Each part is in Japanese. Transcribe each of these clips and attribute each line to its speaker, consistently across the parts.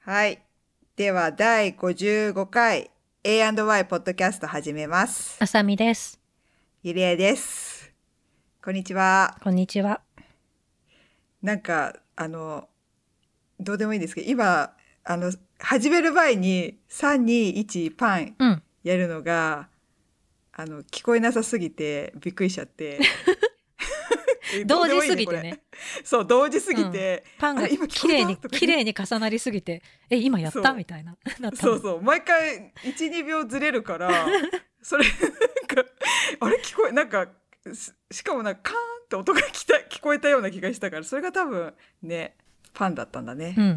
Speaker 1: はい。では、第55回 A&Y ポッドキャスト始めます。
Speaker 2: あさみです。
Speaker 1: ゆりえです。こんにちは。
Speaker 2: こんにちは。
Speaker 1: なんか、あの、どうでもいいんですけど、今、あの、始める前に、3、2、1、パン
Speaker 2: うん。
Speaker 1: やるのが、あの、聞こえなさすぎて、びっくりしちゃ って。
Speaker 2: 同
Speaker 1: どうでもい
Speaker 2: 時
Speaker 1: い
Speaker 2: すぎて。
Speaker 1: こ
Speaker 2: ね。
Speaker 1: れそう、同時すぎて、
Speaker 2: パン
Speaker 1: あ
Speaker 2: が
Speaker 1: れ今聞こえた
Speaker 2: 綺麗に
Speaker 1: とか言って
Speaker 2: 綺麗に重なりすぎて、え今やっ
Speaker 1: そ
Speaker 2: た
Speaker 1: う
Speaker 2: みたいな なった
Speaker 1: そ
Speaker 2: の
Speaker 1: うそう毎回12秒ずれるからそれなんかあれ聞こえなんかししかもなんかカーンって音がきた聞こえたような気がしたからそれが多分ねパンだったんだね
Speaker 2: う、ん。
Speaker 1: う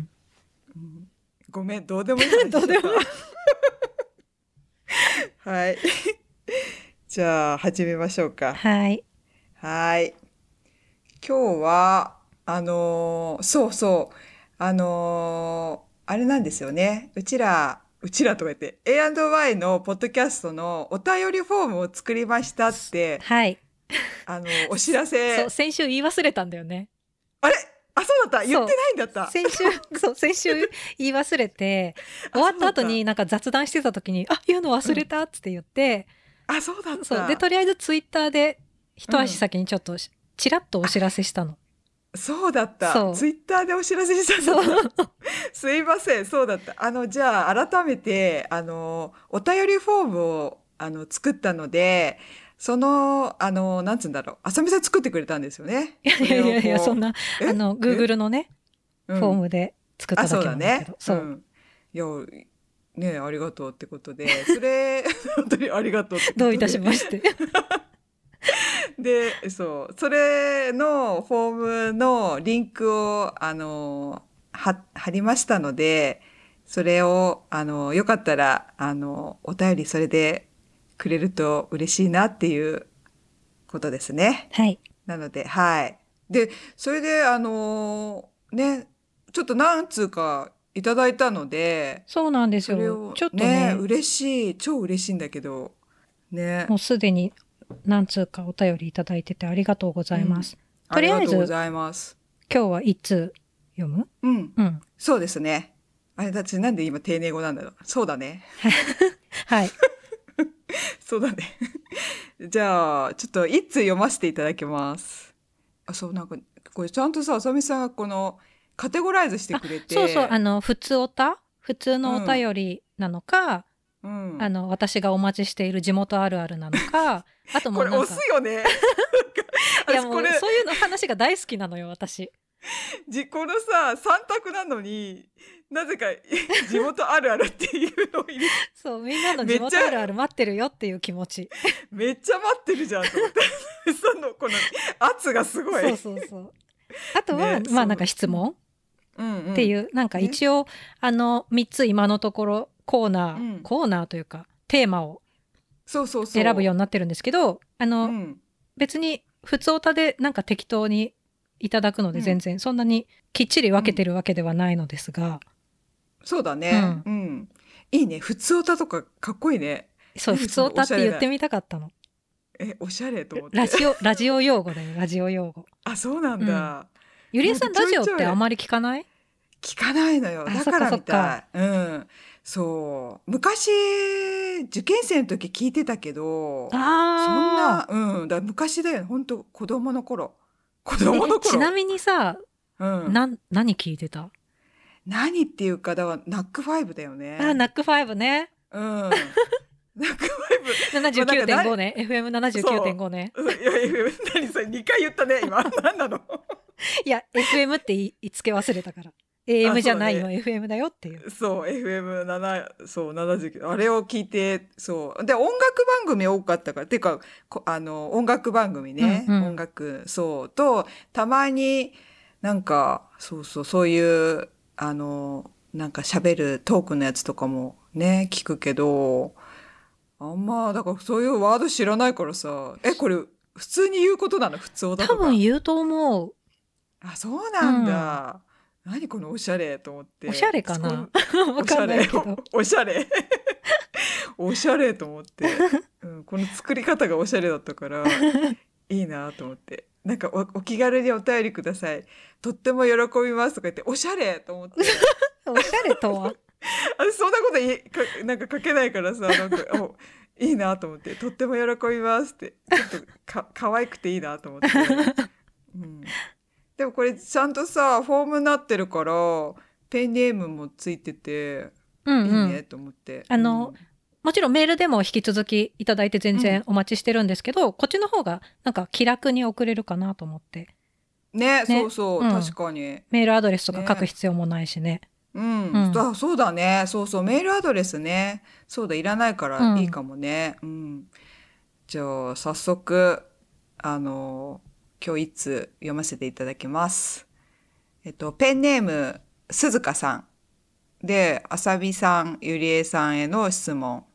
Speaker 1: んごめんどうでもいい話しちゃった
Speaker 2: どうでも
Speaker 1: はいじゃあ始めましょうか
Speaker 2: はい。
Speaker 1: はい。今日は、あのーそうそう、あのーあれなんですよね。うちら、うちらとか言って、A&Y のポッドキャストのお便りフォームを作りましたって、
Speaker 2: はい。
Speaker 1: あのお知ら
Speaker 2: そ
Speaker 1: せ
Speaker 2: う。先週言い忘れたんだよね。
Speaker 1: あれあ、そうだった
Speaker 2: そう
Speaker 1: 言ってないんだった
Speaker 2: 先週 そう先週言い忘 れて終わった後になんか雑談してた時にあ言うの忘れたっつって言って、
Speaker 1: あ、そうだった
Speaker 2: そうでとりあえずツイッターで一足先にちょっとしちらっとお知らせしたの。
Speaker 1: そうだった
Speaker 2: そう
Speaker 1: ツイッターでお知らせしたんだ
Speaker 2: そ
Speaker 1: った
Speaker 2: う
Speaker 1: すいません、そうだった。あの、じゃあ、改めて、あの、お便りフォームを、あの、作ったので、その、あの、なんつうんだろう。あさみさん作ってくれたんですよね。
Speaker 2: いやいやいやそん
Speaker 1: な、
Speaker 2: な
Speaker 1: え
Speaker 2: あの Google のね
Speaker 1: フ
Speaker 2: フォームで作った
Speaker 1: あ、そ
Speaker 2: だ
Speaker 1: う
Speaker 2: けな
Speaker 1: だ
Speaker 2: んだけ
Speaker 1: ね
Speaker 2: ど。。
Speaker 1: うん。いや、ねありがとうってことで、それ、 本当にありがとうってことで。
Speaker 2: どういたしまして。
Speaker 1: で、そう、それのフォームのリンクを、あの、は、貼りましたので、それを、あの、よかったら、あの、お便りそれでくれると嬉しいなっていうことですね。
Speaker 2: はい。
Speaker 1: なので、はい。で、それで、あの、ね、ちょっと何通かいただいたので、
Speaker 2: そうなんです
Speaker 1: それを
Speaker 2: よ。ちょっとね、
Speaker 1: 嬉しい、超嬉しいんだけど、ね
Speaker 2: も。うすでに何通かお便りいただいててありがとうございます。とりあえず
Speaker 1: りがとうございます。
Speaker 2: 今日は一通読む
Speaker 1: うん。
Speaker 2: うん。
Speaker 1: そうですね。あれ、だってなんで今丁寧語なんだろう。そうだね。
Speaker 2: はい。
Speaker 1: そうだね。 じゃあ、ちょっと一通読ませていただきます。あ、そう、なんか、これちゃんとさ、あさみさんがこの、カテゴライズしてくれて。
Speaker 2: そうそう、あの、普通おた普通のお便りなのか、
Speaker 1: うん。
Speaker 2: あの、私がお待ちしている地元あるあるなの か、あとも
Speaker 1: こ
Speaker 2: う
Speaker 1: れ
Speaker 2: なん
Speaker 1: 押
Speaker 2: か、
Speaker 1: すよね。
Speaker 2: いや
Speaker 1: 私
Speaker 2: もう
Speaker 1: これ、
Speaker 2: そういうの話が大好きなのよ、私。
Speaker 1: じこのさ、三択なのに、なぜか 地元あるあるっていうのを入れ
Speaker 2: そう、みんなの
Speaker 1: めっ
Speaker 2: 地
Speaker 1: ちゃ
Speaker 2: 元あるある待ってるよっていう気 持ち。
Speaker 1: めっちゃ待ってるじゃんと思って。 その、この圧がすごい。
Speaker 2: そうそうそう。あと
Speaker 1: ね
Speaker 2: は、ま
Speaker 1: そう
Speaker 2: あなんか質問
Speaker 1: うんうん
Speaker 2: っていう、なんか一応、あの3つ今のところコーナー、
Speaker 1: うん
Speaker 2: コーナーというかテーマを
Speaker 1: そうそうそう。
Speaker 2: 選ぶようになってるんですけどあの、
Speaker 1: うん。
Speaker 2: 別に普通歌でなんか適当にいただくの
Speaker 1: う
Speaker 2: で
Speaker 1: ん
Speaker 2: 全然そんなにきっちり分けてるわけではないのですが、
Speaker 1: そうだね。うん。いいね。普通歌とかかっこいいね。
Speaker 2: そ
Speaker 1: う
Speaker 2: う
Speaker 1: ん
Speaker 2: 普通歌って言ってみたかったの
Speaker 1: え、おしゃれと思って。
Speaker 2: ラジオ ラジオ用語だよラジオ用語
Speaker 1: あ、そうなんだ。
Speaker 2: ゆりえさん
Speaker 1: なん
Speaker 2: ラ
Speaker 1: かち
Speaker 2: ジ
Speaker 1: ょい
Speaker 2: オっ
Speaker 1: ちょい
Speaker 2: てあまり聞かない
Speaker 1: 聞かないのよ。
Speaker 2: あ
Speaker 1: だから
Speaker 2: そ
Speaker 1: み
Speaker 2: っか
Speaker 1: たい。うん。そう。昔、受験生の時聞いてたけど、そんな、
Speaker 2: あ
Speaker 1: うん。だから昔だよね。本当子供の頃。子
Speaker 2: そ
Speaker 1: 供の頃。
Speaker 2: ちなみにさ、
Speaker 1: うん。
Speaker 2: なん何聞いてた、
Speaker 1: 何っていうか、だから、ナックファイブだよね。
Speaker 2: あナックファイ ブね
Speaker 1: うん。ナックフ
Speaker 2: 79.5ね FM79.5 ね
Speaker 1: ァイブ。いやいや、何それ、2回言ったね、今。 何なの
Speaker 2: いや FM って言いつけ忘れたから
Speaker 1: あそう
Speaker 2: AM
Speaker 1: ね
Speaker 2: じゃないよ、FM だよっていう
Speaker 1: そう、FM7、そう、79、あれを聞いて、そう。で、音楽番組多かったから、てか、こあの、音楽番組ね、
Speaker 2: うんうん
Speaker 1: 音楽、そう、と、たまになんか、そうそう、そういう、あの、なんか喋るトークのやつとかもね、聞くけど、あんま、だからそういうワード知らないからさ、え、これ、普通に言うことなの普通だと
Speaker 2: 多
Speaker 1: か。
Speaker 2: 分言うと思う
Speaker 1: あ、そうなんだ。何このおしゃれと思って。
Speaker 2: おしゃれかな わ
Speaker 1: おし
Speaker 2: か
Speaker 1: ゃ
Speaker 2: んない
Speaker 1: れ
Speaker 2: けど。
Speaker 1: おしゃれ。 おしゃれと思って、うん、この作り方がおしゃれだった から、いいなと思って。なんかお、お気 軽にお便りください。とっても喜びますとか言って、おしゃれと思って。
Speaker 2: おしゃれ とは。
Speaker 1: あそんなこといかなんか書けないからさなんかおいいなと思って「とっても喜びます」ってちょっとか可愛くていいなと思って、うん、でもこれちゃんとさフォームになってるからペンネームもついてて
Speaker 2: うん
Speaker 1: い
Speaker 2: うん
Speaker 1: いねと思って、
Speaker 2: あの
Speaker 1: うん
Speaker 2: もちろんメールでも引き続きいただいて全然お待ちしてるんですけど、こっちの方がなんか気楽に送れるかなと思って。
Speaker 1: ねそうそう、
Speaker 2: うん
Speaker 1: 確かに
Speaker 2: メールアドレスとか
Speaker 1: ね
Speaker 2: 書く必要もないしね。
Speaker 1: うん、
Speaker 2: うん
Speaker 1: あそうだねそうそうメールアドレスねそうだいらないか
Speaker 2: う
Speaker 1: ら
Speaker 2: ん
Speaker 1: いいかもね、うんじゃあ早速あの今日一通読ませていただきますえっとペンネーム鈴鹿さんであさみさんゆりえさんへの質問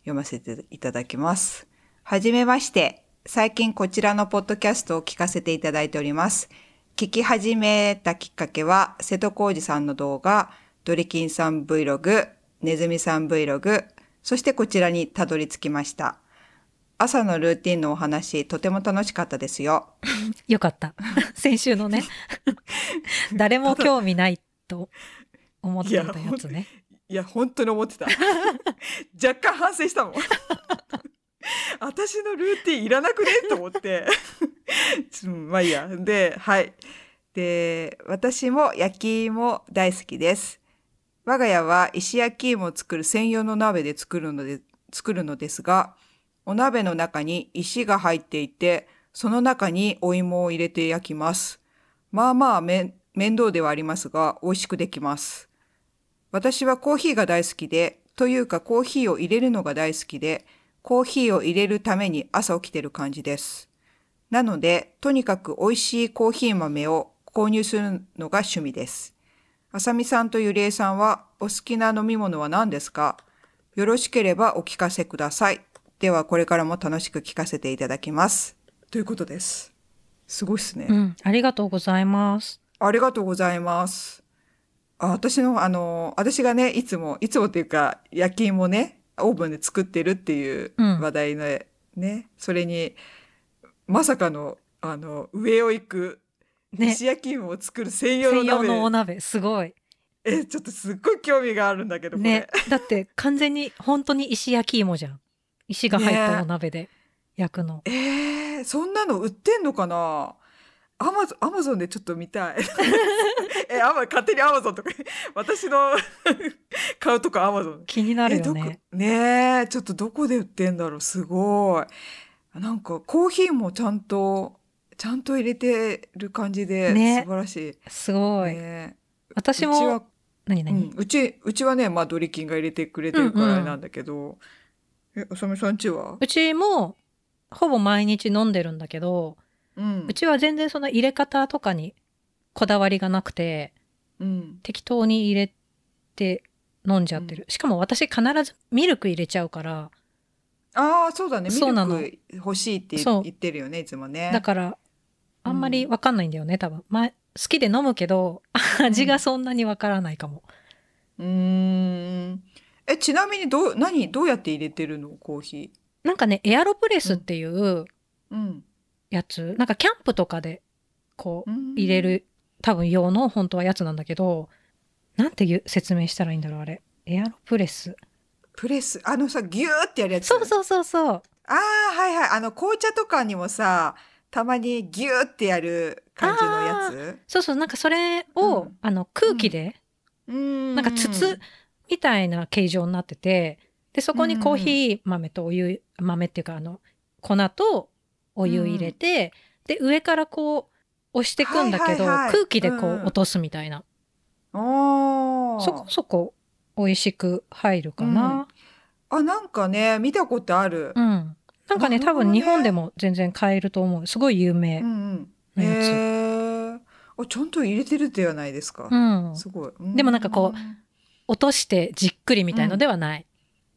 Speaker 1: 読ませていただきます。はじめまして。最近こちらのポッドキャストを聞かせていただいております。聞き始めたきっかけは、瀬戸康二さんの動画、ドリキンさん Vlog、ネズミさん Vlog、そしてこちらにたどり着きました。朝のルーティンのお話、とても楽しかったですよ。
Speaker 2: よ かった。先週のね。誰も興味ないと思ってたやつね。
Speaker 1: いや、本当に思ってた。若干反省したもん。私のルーティンいらなくねと思って。ちょまあいいや。で、はい。で、私も焼き芋大好きです。我が家は石焼き芋を作る専用の鍋で作るので、作るのですが、お鍋の中に石が入っていて、その中にお芋を入れて焼きます。まあまあめ面倒ではありますが、美味しくできます。私はコーヒーが大好きで、というかコーヒーを入れるのが大好きで、コーヒーを入れるために朝起きてる感じです。なので、とにかく美味しいコーヒー豆を購入するのが趣味です。あさみさんとゆりえさんは、お好きな飲み物は何ですかよろしければお聞かせください。では、これからも楽しく聞かせていただきます。ということです。すごいっすね。
Speaker 2: うん。ありがとうございます。
Speaker 1: ありがとうございます。あ私の、あの、私がね、いつも、いつもっていうか、焼き芋ね、オーブンで作ってるっていう
Speaker 2: うん
Speaker 1: 話題の、ね、それに、まさかの、あの、上を行く、
Speaker 2: ね。
Speaker 1: 石焼き芋を作る専用
Speaker 2: 専
Speaker 1: の
Speaker 2: 用
Speaker 1: 鍋。
Speaker 2: のお鍋、すごい。
Speaker 1: え、ちょっとすっごい興味があるんだけど、これ。
Speaker 2: ね。だって完全に本当に石焼き芋じゃん。石が入ったお鍋で焼くの。
Speaker 1: えー、そんなの売ってんのかなアマゾン、アマゾンでちょっと見た い。え、アマ、勝手にアマゾンとか、私の 買うとこアマゾン。
Speaker 2: 気になるよ
Speaker 1: えど
Speaker 2: ね。
Speaker 1: こねえちょっとどこで売ってんだろうすごいなんかコーヒーもちゃんとちゃんと入れてる感じで、
Speaker 2: ね
Speaker 1: 素晴らしい、
Speaker 2: すごい。
Speaker 1: ねえ
Speaker 2: 私
Speaker 1: うち
Speaker 2: も
Speaker 1: は、
Speaker 2: 何
Speaker 1: うん
Speaker 2: 何、
Speaker 1: うちうちはねまあドリキンが入れてくれてるからあれなんだけど、えあさみさんちは
Speaker 2: うちも、ほぼ毎日飲んでるんだけど、
Speaker 1: うん
Speaker 2: うちは全然その入れ方とかにこだわりがなくて、
Speaker 1: うん
Speaker 2: 適当に入れて飲んじゃってる。しかも私必ずミルク入れちゃうから、
Speaker 1: ああそうだねミ
Speaker 2: そうな
Speaker 1: ル
Speaker 2: の
Speaker 1: ク欲しいって
Speaker 2: そう
Speaker 1: 言ってるよねいつもね
Speaker 2: だから、あんまりわかんないんだよね、多分。まあ、好きで飲むけど、味がそんなにわからないかも。
Speaker 1: うーんえちなみにどう何どうやって入れてるのコーヒ
Speaker 2: なんかね、エアロプレスっていう
Speaker 1: ー、うん
Speaker 2: やつ、なんかキャンプとかで、こう
Speaker 1: う、ん、
Speaker 2: 入れる、多分用の本当はやつなんだけど、なんていう説明したらいいんだろう、あれ。エアロプレス。
Speaker 1: プレスあのさギューってやるやつ
Speaker 2: そうそうそうそう。
Speaker 1: ああはいはいあの紅茶とかにもさたまにギューってやる感じのやつ
Speaker 2: そうそう、なんかそれを、
Speaker 1: うん
Speaker 2: あの空気で、
Speaker 1: うーん
Speaker 2: なんか筒みたいな形状になってて、で、そこにコーヒー豆とお湯、豆っていうか、あの、粉とお湯入れて、で、上からこう、押してくんだけど、
Speaker 1: はいはいはい
Speaker 2: 空気でこ
Speaker 1: うん
Speaker 2: う落とすみたいな。
Speaker 1: おー
Speaker 2: そこそこ美味しく入るかな。
Speaker 1: あなんかね見たことある、
Speaker 2: うん。なんかね、
Speaker 1: なる
Speaker 2: 多
Speaker 1: ほどね
Speaker 2: 分日本でも全然買えると思う。すごい有名
Speaker 1: うん、うん
Speaker 2: な
Speaker 1: へ
Speaker 2: やつ。
Speaker 1: えあちゃんと入れてるではないですか、
Speaker 2: うん。
Speaker 1: すごい
Speaker 2: でもなんかこ落としてじっくりみたいのではない。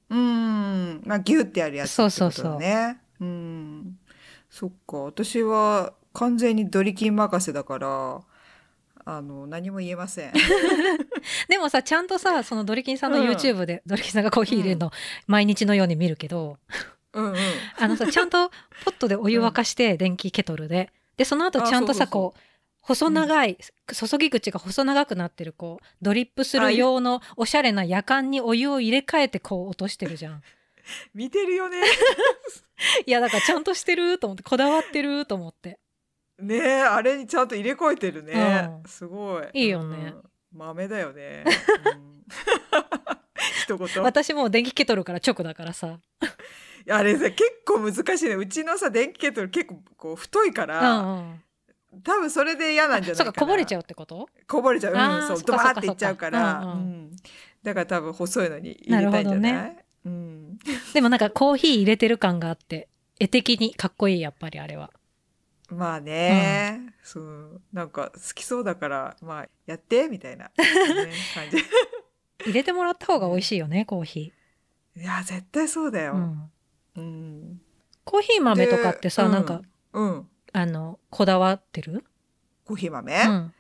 Speaker 1: ううーんまあギューってやるやつ
Speaker 2: そうそうそう
Speaker 1: ってことだねうんそっか私は完全にドリキン任せだからあの何も言えません
Speaker 2: でもさちゃんとさそのドリキンさんの
Speaker 1: うん
Speaker 2: YouTube で、ドリキンさんがコーヒー入れるの、毎日のように見るけど
Speaker 1: うんうん
Speaker 2: あのさちゃんとポットでお湯沸かして、電気ケトルででその後ちゃんと
Speaker 1: あそうそうそ
Speaker 2: さ
Speaker 1: う
Speaker 2: こう細長い、注ぎ口が細長くなってるこうドリップする用のおしゃれなやかんにお湯を入れ替えてこう落としてるじゃん
Speaker 1: 見てるよね。
Speaker 2: いやだからちゃんとしてると思ってこだわってると思って
Speaker 1: ねえあれにちゃんと入れ替えてるね。
Speaker 2: うん
Speaker 1: すごい。
Speaker 2: いいよね
Speaker 1: うん。豆だよ ね。うん 一言。
Speaker 2: 私もう電気ケトルから直だからさ
Speaker 1: あれさ結構難しいねうちのさ電気ケトル結構こう太いか
Speaker 2: う
Speaker 1: ら、
Speaker 2: んうん
Speaker 1: 多分それで嫌なんじゃないか
Speaker 2: そう
Speaker 1: な
Speaker 2: かこぼれちゃ
Speaker 1: う
Speaker 2: うってこと
Speaker 1: こぼれちゃう、
Speaker 2: あ
Speaker 1: う
Speaker 2: ー
Speaker 1: ん、そ
Speaker 2: そうっ
Speaker 1: ド
Speaker 2: か
Speaker 1: バ
Speaker 2: そっ
Speaker 1: ー
Speaker 2: か
Speaker 1: っていっちゃうから、
Speaker 2: そっ
Speaker 1: う
Speaker 2: かうんうん
Speaker 1: ん、だから多分細いのに入れたいんじゃない
Speaker 2: なる
Speaker 1: うん、
Speaker 2: でもなんかコーヒー入れてる感があって絵的にかっこいいやっぱりあれは
Speaker 1: まあね、そうなんか好きそうだからまあやってみたいな、ね、感じ
Speaker 2: 入れてもらった方が美味しいよねコーヒ
Speaker 1: いや絶対そうだ
Speaker 2: ー、
Speaker 1: よ、
Speaker 2: う
Speaker 1: うん
Speaker 2: ん、コーヒー豆とかってさ
Speaker 1: で
Speaker 2: なんか
Speaker 1: うん
Speaker 2: あのこだわってる、
Speaker 1: コーヒー豆、
Speaker 2: うん、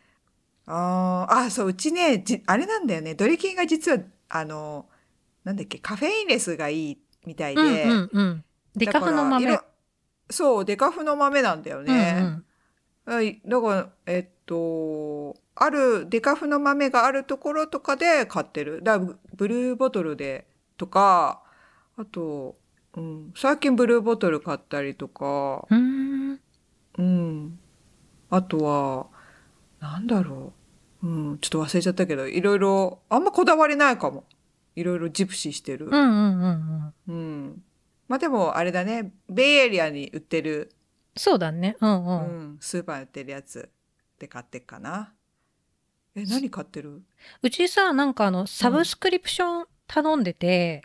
Speaker 1: あーあ、そう、うちね、じ、あれなんだよね。ドリキンが実は、あの、なんだっけ、カフェインレスがいいみたいで。
Speaker 2: うんうんうんデカフの豆
Speaker 1: だからいろそう、デカフの豆なんだよね。はいだから、えっと、ある、デカフの豆があるところとかで買ってる。だから、ブルーボトルで、とか、あと、うん、最近ブルーボトル買ったりとか、
Speaker 2: うんうんう
Speaker 1: う
Speaker 2: ーん
Speaker 1: ん。あとは、なんだろう。うん、ちょっと忘れちゃったけど、いろいろ、あんまこだわりないかも。いろいろジプシーしてる
Speaker 2: う。んうんうんうん
Speaker 1: うん。まあでも、あれだね。ベイエリアに売ってる、
Speaker 2: そうだねうんう、
Speaker 1: うん、
Speaker 2: うん
Speaker 1: スーパーに売ってるやつで買ってっかな。え、何買ってる
Speaker 2: ちさなんかあのサブスクリプション頼んでて、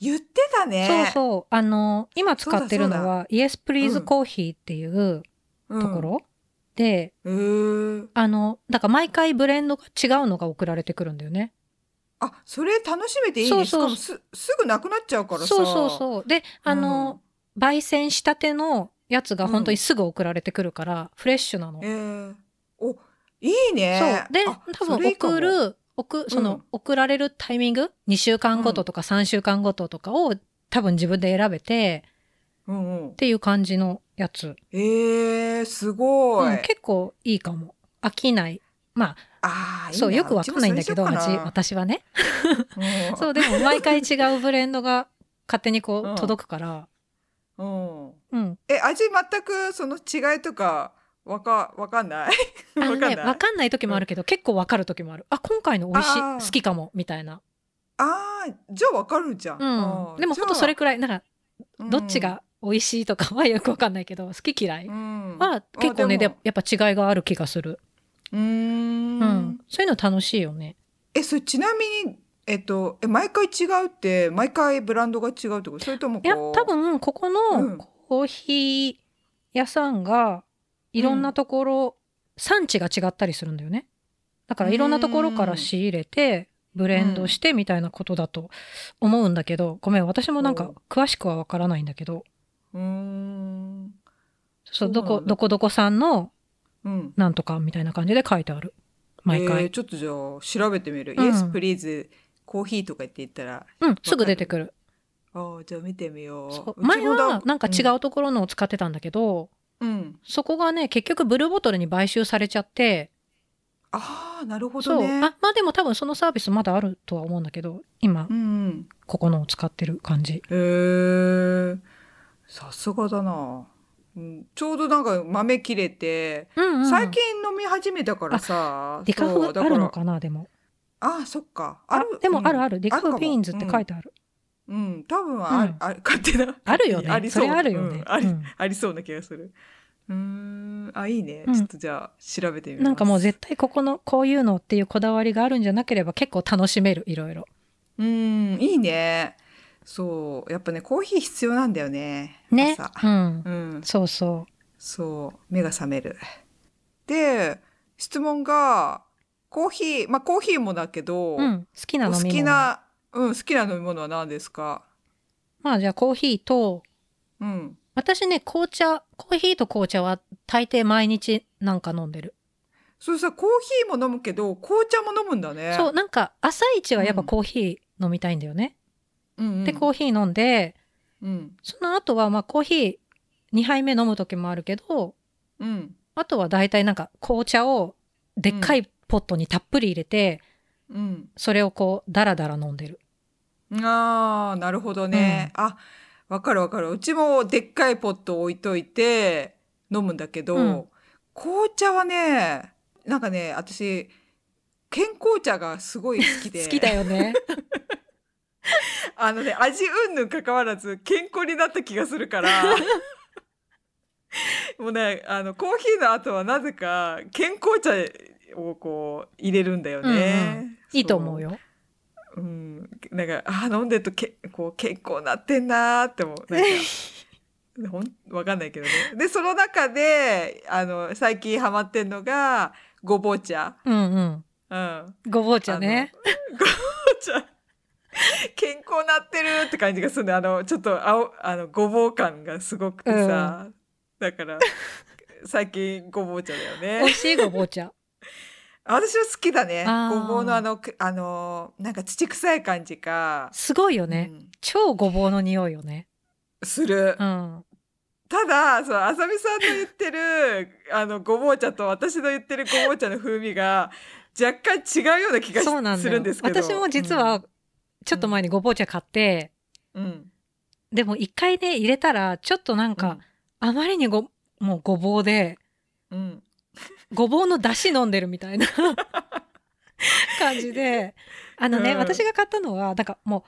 Speaker 1: 言ってたね。
Speaker 2: そうそうあの今使ってる
Speaker 1: そう
Speaker 2: の
Speaker 1: だ
Speaker 2: はイエスプリーズコーヒーっていう
Speaker 1: うん
Speaker 2: ところ、で
Speaker 1: へー
Speaker 2: あのだから毎回ブレンドが違うのが送られてくるんだよね
Speaker 1: あ、それ楽しめていいね。
Speaker 2: そうそう
Speaker 1: しかもす、すぐなくなっちゃうからさ。
Speaker 2: そうそうそうであの、焙煎したてのやつが本当にすぐ送られてくるから、フレッシュなの
Speaker 1: うん。え。ー、お、いいね
Speaker 2: そ。うで
Speaker 1: あ
Speaker 2: 多
Speaker 1: それ
Speaker 2: 分
Speaker 1: いいかも
Speaker 2: 送る送その、
Speaker 1: うん
Speaker 2: 送られるタイミング2週間ごととか3週間ごととかを多分自分で選べて
Speaker 1: うんうん
Speaker 2: っ。ていう感じのやつ、
Speaker 1: ええー、すごい。
Speaker 2: うん結構いいかも飽きない
Speaker 1: ああ、いいな
Speaker 2: そうよくわかんないんだけど
Speaker 1: うちもそ
Speaker 2: 味
Speaker 1: れにしよ
Speaker 2: 私はね
Speaker 1: うかな
Speaker 2: そうでも毎回違うブレンドが勝手にこ
Speaker 1: うん
Speaker 2: う届くから、
Speaker 1: うんうん
Speaker 2: うん、
Speaker 1: え、味全くその違いとか、わか、わかんない。
Speaker 2: あ
Speaker 1: わ
Speaker 2: の
Speaker 1: かんない。
Speaker 2: ねわかんない時もあるけど、結構わかる時もあるあ今回の美味しい
Speaker 1: あー
Speaker 2: 好きかもみたいな、
Speaker 1: ああ、じゃあわかるじゃん。
Speaker 2: うん、でもほんとそれ、くらいなんかどっちが美味しいとかはよくわかんないけど好き嫌い
Speaker 1: うん、うん、
Speaker 2: は結構ね
Speaker 1: で
Speaker 2: で
Speaker 1: も
Speaker 2: やっぱ違いがある気がする、
Speaker 1: うー
Speaker 2: うん
Speaker 1: ん
Speaker 2: そういうの楽しいよね
Speaker 1: え、それちなみに、えっと、え、毎回違うって、毎回ブランドが違うってことそれともこ、
Speaker 2: いうや多分ここ
Speaker 1: うん
Speaker 2: のコーヒー屋さんがいろんなところ、産地が違ったりするんだよねだからいろんなところから仕入れてブレンドしてみたいなことだと思うんだけど、ごめん私もなん
Speaker 1: う
Speaker 2: か
Speaker 1: ん
Speaker 2: 詳しくはわからないんだけど
Speaker 1: うーん。そ
Speaker 2: そう
Speaker 1: う
Speaker 2: ど
Speaker 1: な
Speaker 2: こ
Speaker 1: んだ
Speaker 2: どこどこさんの
Speaker 1: うん。
Speaker 2: なんとかみたいな感じで書いてある毎回、
Speaker 1: えーちょっとじゃあ、調べてみる。
Speaker 2: うん
Speaker 1: イエスプリーズ、コーヒーとか言って言ったら、
Speaker 2: うんすぐ出てくる
Speaker 1: ああ、じゃあ見てみよう。
Speaker 2: そう
Speaker 1: うち
Speaker 2: 前
Speaker 1: もだ
Speaker 2: はなんか違うところのを使ってたんだけ
Speaker 1: う
Speaker 2: ど、
Speaker 1: ん。うん
Speaker 2: そこがね結局ブルーボトルに買収されちゃって
Speaker 1: ああ、なるほ
Speaker 2: そ
Speaker 1: ど
Speaker 2: う
Speaker 1: ね。
Speaker 2: あまあでも多分そのサービスまだあるとは思うんだけど今
Speaker 1: うんうん。
Speaker 2: ここのを使ってる感じ
Speaker 1: へえ。さすがだな。うんちょうどなんか豆切れて、
Speaker 2: うんうん、
Speaker 1: 最近飲み始めたからさ。
Speaker 2: デカフ
Speaker 1: そうだ
Speaker 2: あ
Speaker 1: ら
Speaker 2: るのかなでも
Speaker 1: ああ、そっか。
Speaker 2: あ
Speaker 1: ある。
Speaker 2: で
Speaker 1: う
Speaker 2: も
Speaker 1: ん
Speaker 2: あるある、デカ
Speaker 1: あ
Speaker 2: フ
Speaker 1: かも
Speaker 2: ビーンズって書いてある
Speaker 1: うん、うん多分ある
Speaker 2: うん
Speaker 1: ある勝手な。
Speaker 2: あるよ
Speaker 1: あ
Speaker 2: ね
Speaker 1: り
Speaker 2: そうれあるよね
Speaker 1: うん、あ
Speaker 2: う
Speaker 1: り
Speaker 2: ん
Speaker 1: ありそうな気がする。うーん。あ、いいね
Speaker 2: う。ん
Speaker 1: ちょっとじゃあ、調べてみます。
Speaker 2: なんかもう絶対ここのこういうのっていうこだわりがあるんじゃなければ結構楽しめるいろいろ
Speaker 1: うん、いいね。そう。やっぱね、コーヒー必要なんだよね。
Speaker 2: ね
Speaker 1: 朝
Speaker 2: うん
Speaker 1: うん。
Speaker 2: そうそ
Speaker 1: そう。目が覚める。で、質問が、コーヒー、まあコーヒーもだけど、
Speaker 2: う、うん、好きな
Speaker 1: お
Speaker 2: 飲み
Speaker 1: 好
Speaker 2: 物
Speaker 1: きな、うん、好きな飲み物は何ですか
Speaker 2: まあじゃあコーヒーと
Speaker 1: うん。
Speaker 2: 私ね紅茶コーヒーと紅茶は大抵毎日なんか飲んでる、
Speaker 1: それさ、コーヒーも飲むけど、紅茶も飲むんだね。
Speaker 2: そうなんか朝一はやっぱコーヒー飲みたいんだよね、
Speaker 1: うんうん。
Speaker 2: でコーヒー飲んでその後はまあコーヒー2杯目飲む時もあるけど
Speaker 1: うん。うん。
Speaker 2: まあとは大体なんか紅茶をでっかいポットにたっぷり入れて、
Speaker 1: うん。
Speaker 2: それをこうダラダラ飲んでる。
Speaker 1: ああ、なるほどね。あ、わかるわかる。うちもでっかいポット置いといて飲むんだけど、
Speaker 2: うん
Speaker 1: 紅茶はね、なんかね、私、健康茶がすごい好きで。
Speaker 2: 好きだよね。
Speaker 1: あのね、味うんぬん関わらず健康になった気がする から。もうね、あの、コーヒーの後はなぜか健康茶をこう入れるんだよね。
Speaker 2: うんいいと思う
Speaker 1: よ。
Speaker 2: よ。
Speaker 1: うん。なんか、あー、飲んでるとけこう健康なってんなーって思う。なんか ほん、わかんないけどね。で、その中で、あの、最近ハマってんのが、ごぼう茶。
Speaker 2: うんうん。
Speaker 1: うん。
Speaker 2: ごぼう茶ね。
Speaker 1: じゃあ健康なってるって感じがするねあのちょっと青あのごぼう感がすごくてさ、だから最近ごぼう茶だよ
Speaker 2: 美 味
Speaker 1: ね
Speaker 2: しいごぼう茶。
Speaker 1: 私は好きだね
Speaker 2: あー
Speaker 1: ごぼうのあのくあのなんか土臭い感じか、
Speaker 2: すごいよね。
Speaker 1: うん
Speaker 2: 超ごぼうの匂いよね。
Speaker 1: する、
Speaker 2: うん。
Speaker 1: ただそうあさみさんの言ってる あのごぼう茶と私の言ってるごぼう茶の風味が若干違うような気がし
Speaker 2: そうなん
Speaker 1: す
Speaker 2: だ
Speaker 1: る
Speaker 2: よ
Speaker 1: んです。けど
Speaker 2: 私も実は、ちょっと前にごぼう茶買って、
Speaker 1: うん、うん
Speaker 2: でも一回ね、入れたら、ちょっとなんか、あまりにご、もうごぼうで、
Speaker 1: うん
Speaker 2: ごぼうの出汁飲んでる みたいな感じで、あのね、
Speaker 1: うん
Speaker 2: 私が買ったのは、なんかもう、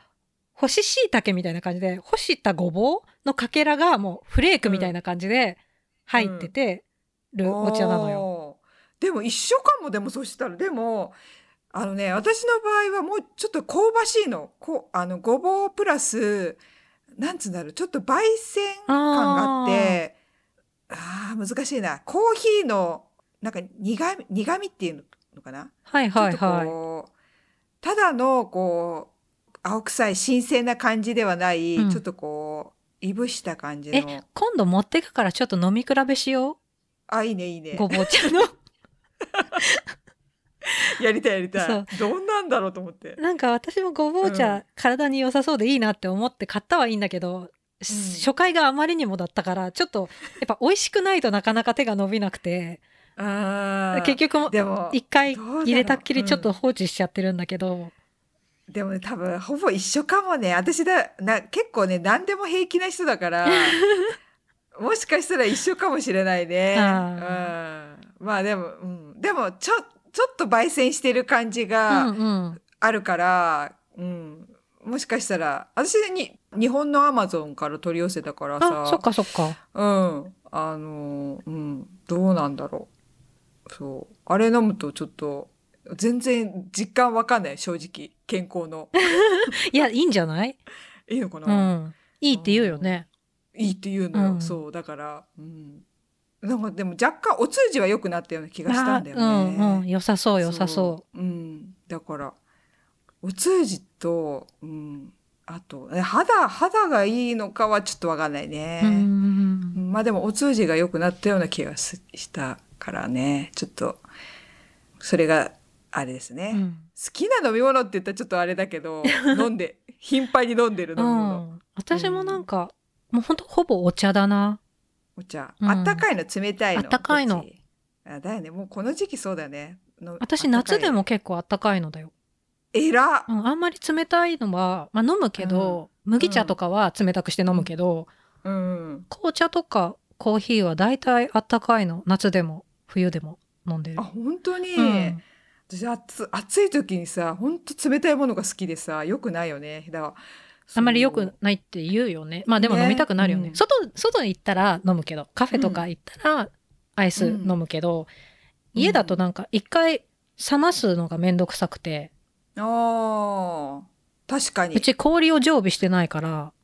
Speaker 2: 干し椎茸みたいな感じで、干したごぼうのかけらがもうフレークみたいな感じで入っててるお茶なのよ。
Speaker 1: よ。でも一緒かもでもそしたらでもあのね私の場合はもうちょっと香ばしいのこあのごぼうプラスなんつうんだろうちょっと焙煎感があってあー難しいなコーヒーのなんか苦み苦みっていうのかな
Speaker 2: はいはい
Speaker 1: ちょっと
Speaker 2: は
Speaker 1: こうただのこう青臭い新鮮な感じではない、
Speaker 2: うん
Speaker 1: ちょっとこういぶした感じ
Speaker 2: い。
Speaker 1: の
Speaker 2: え、今度持ってくからちょっと飲み比べしよ。
Speaker 1: あいいねいいうね
Speaker 2: ごぼう 茶の。
Speaker 1: やりたいやりた
Speaker 2: そう
Speaker 1: いどんなんだろうと思って
Speaker 2: なんか私もごぼう茶、
Speaker 1: うん
Speaker 2: 体に良さそうでいいなって思って買ったはいいんだけど、し初回があまりにもだったからちょっとやっぱ美味しくないとなかなか手が伸びなくて
Speaker 1: あー
Speaker 2: 結局も
Speaker 1: でも
Speaker 2: 一回
Speaker 1: どうだろう
Speaker 2: 入れたっきり
Speaker 1: うん
Speaker 2: ちょっと放置しちゃってるんだけど、
Speaker 1: でもね多分ほぼ一緒かもね私だな結構ね何でも平気な人だから もしかしたら一緒かもしれないね、うん
Speaker 2: あ、
Speaker 1: まあでも、うん、でもちょちょっと焙煎してる感じ
Speaker 2: う
Speaker 1: が
Speaker 2: んうん
Speaker 1: あるから、うんもしかしたら私に日本のアマゾンから取り寄せたからさ
Speaker 2: あそっかそっか
Speaker 1: うん。あのー、うん。どうなんだろう。そう。あれ飲むとちょっと、全然実感わかんない、正直。健康 の。
Speaker 2: いやいいんじゃない、
Speaker 1: いいのか
Speaker 2: う
Speaker 1: な、
Speaker 2: ん、いいって言うよね、
Speaker 1: いいっていうのよ。
Speaker 2: うん
Speaker 1: そう。だから、うん。なんかでも若干お通じは良くなったような気がしたんだよね。。
Speaker 2: あーうんうん良さそう良さそう
Speaker 1: うん。だから、お通じと、うん。あと、え肌、肌がいいのかはちょっとわかんないね。
Speaker 2: う、うん
Speaker 1: まあでもお通じが良くなったような気がすしたからね。ちょっと、それが、あれですね、
Speaker 2: う
Speaker 1: 好
Speaker 2: ん
Speaker 1: きな飲み物って言ったらちょっとあれだけ ど、飲んで、頻繁に飲んでる飲み物。
Speaker 2: うん私もなんか、もうほんとほぼお茶だな
Speaker 1: お茶。
Speaker 2: うん
Speaker 1: あったかいの、冷たいの。
Speaker 2: あったかいの
Speaker 1: どっち。あだよね。もうこの時期そうだよね。の
Speaker 2: 私夏で。
Speaker 1: あっ
Speaker 2: も結構あったかいのだよ
Speaker 1: たかいえらっ
Speaker 2: うん、あんまり冷たいのは、まあ、飲むけど、麦茶とかは冷たくして飲むけど、
Speaker 1: うん。
Speaker 2: 紅茶とかコーヒーは大体あったかいの夏でも冬でも飲んでる
Speaker 1: あ、。本当に、
Speaker 2: うん
Speaker 1: 私暑、暑い時にさ、本当冷たいものが好きでさ、良くないよね。だから
Speaker 2: あんまり良
Speaker 1: そう
Speaker 2: くないって言うよね。まあでも
Speaker 1: ね
Speaker 2: 飲みたくなるよね。
Speaker 1: うん
Speaker 2: 外、外行ったら飲むけど、カフェとか行ったらアイス飲むけど、
Speaker 1: うん
Speaker 2: 家だとなんか一回冷ますのがめんどくさくて、
Speaker 1: ああ、確かに。
Speaker 2: うち氷を常備してないから、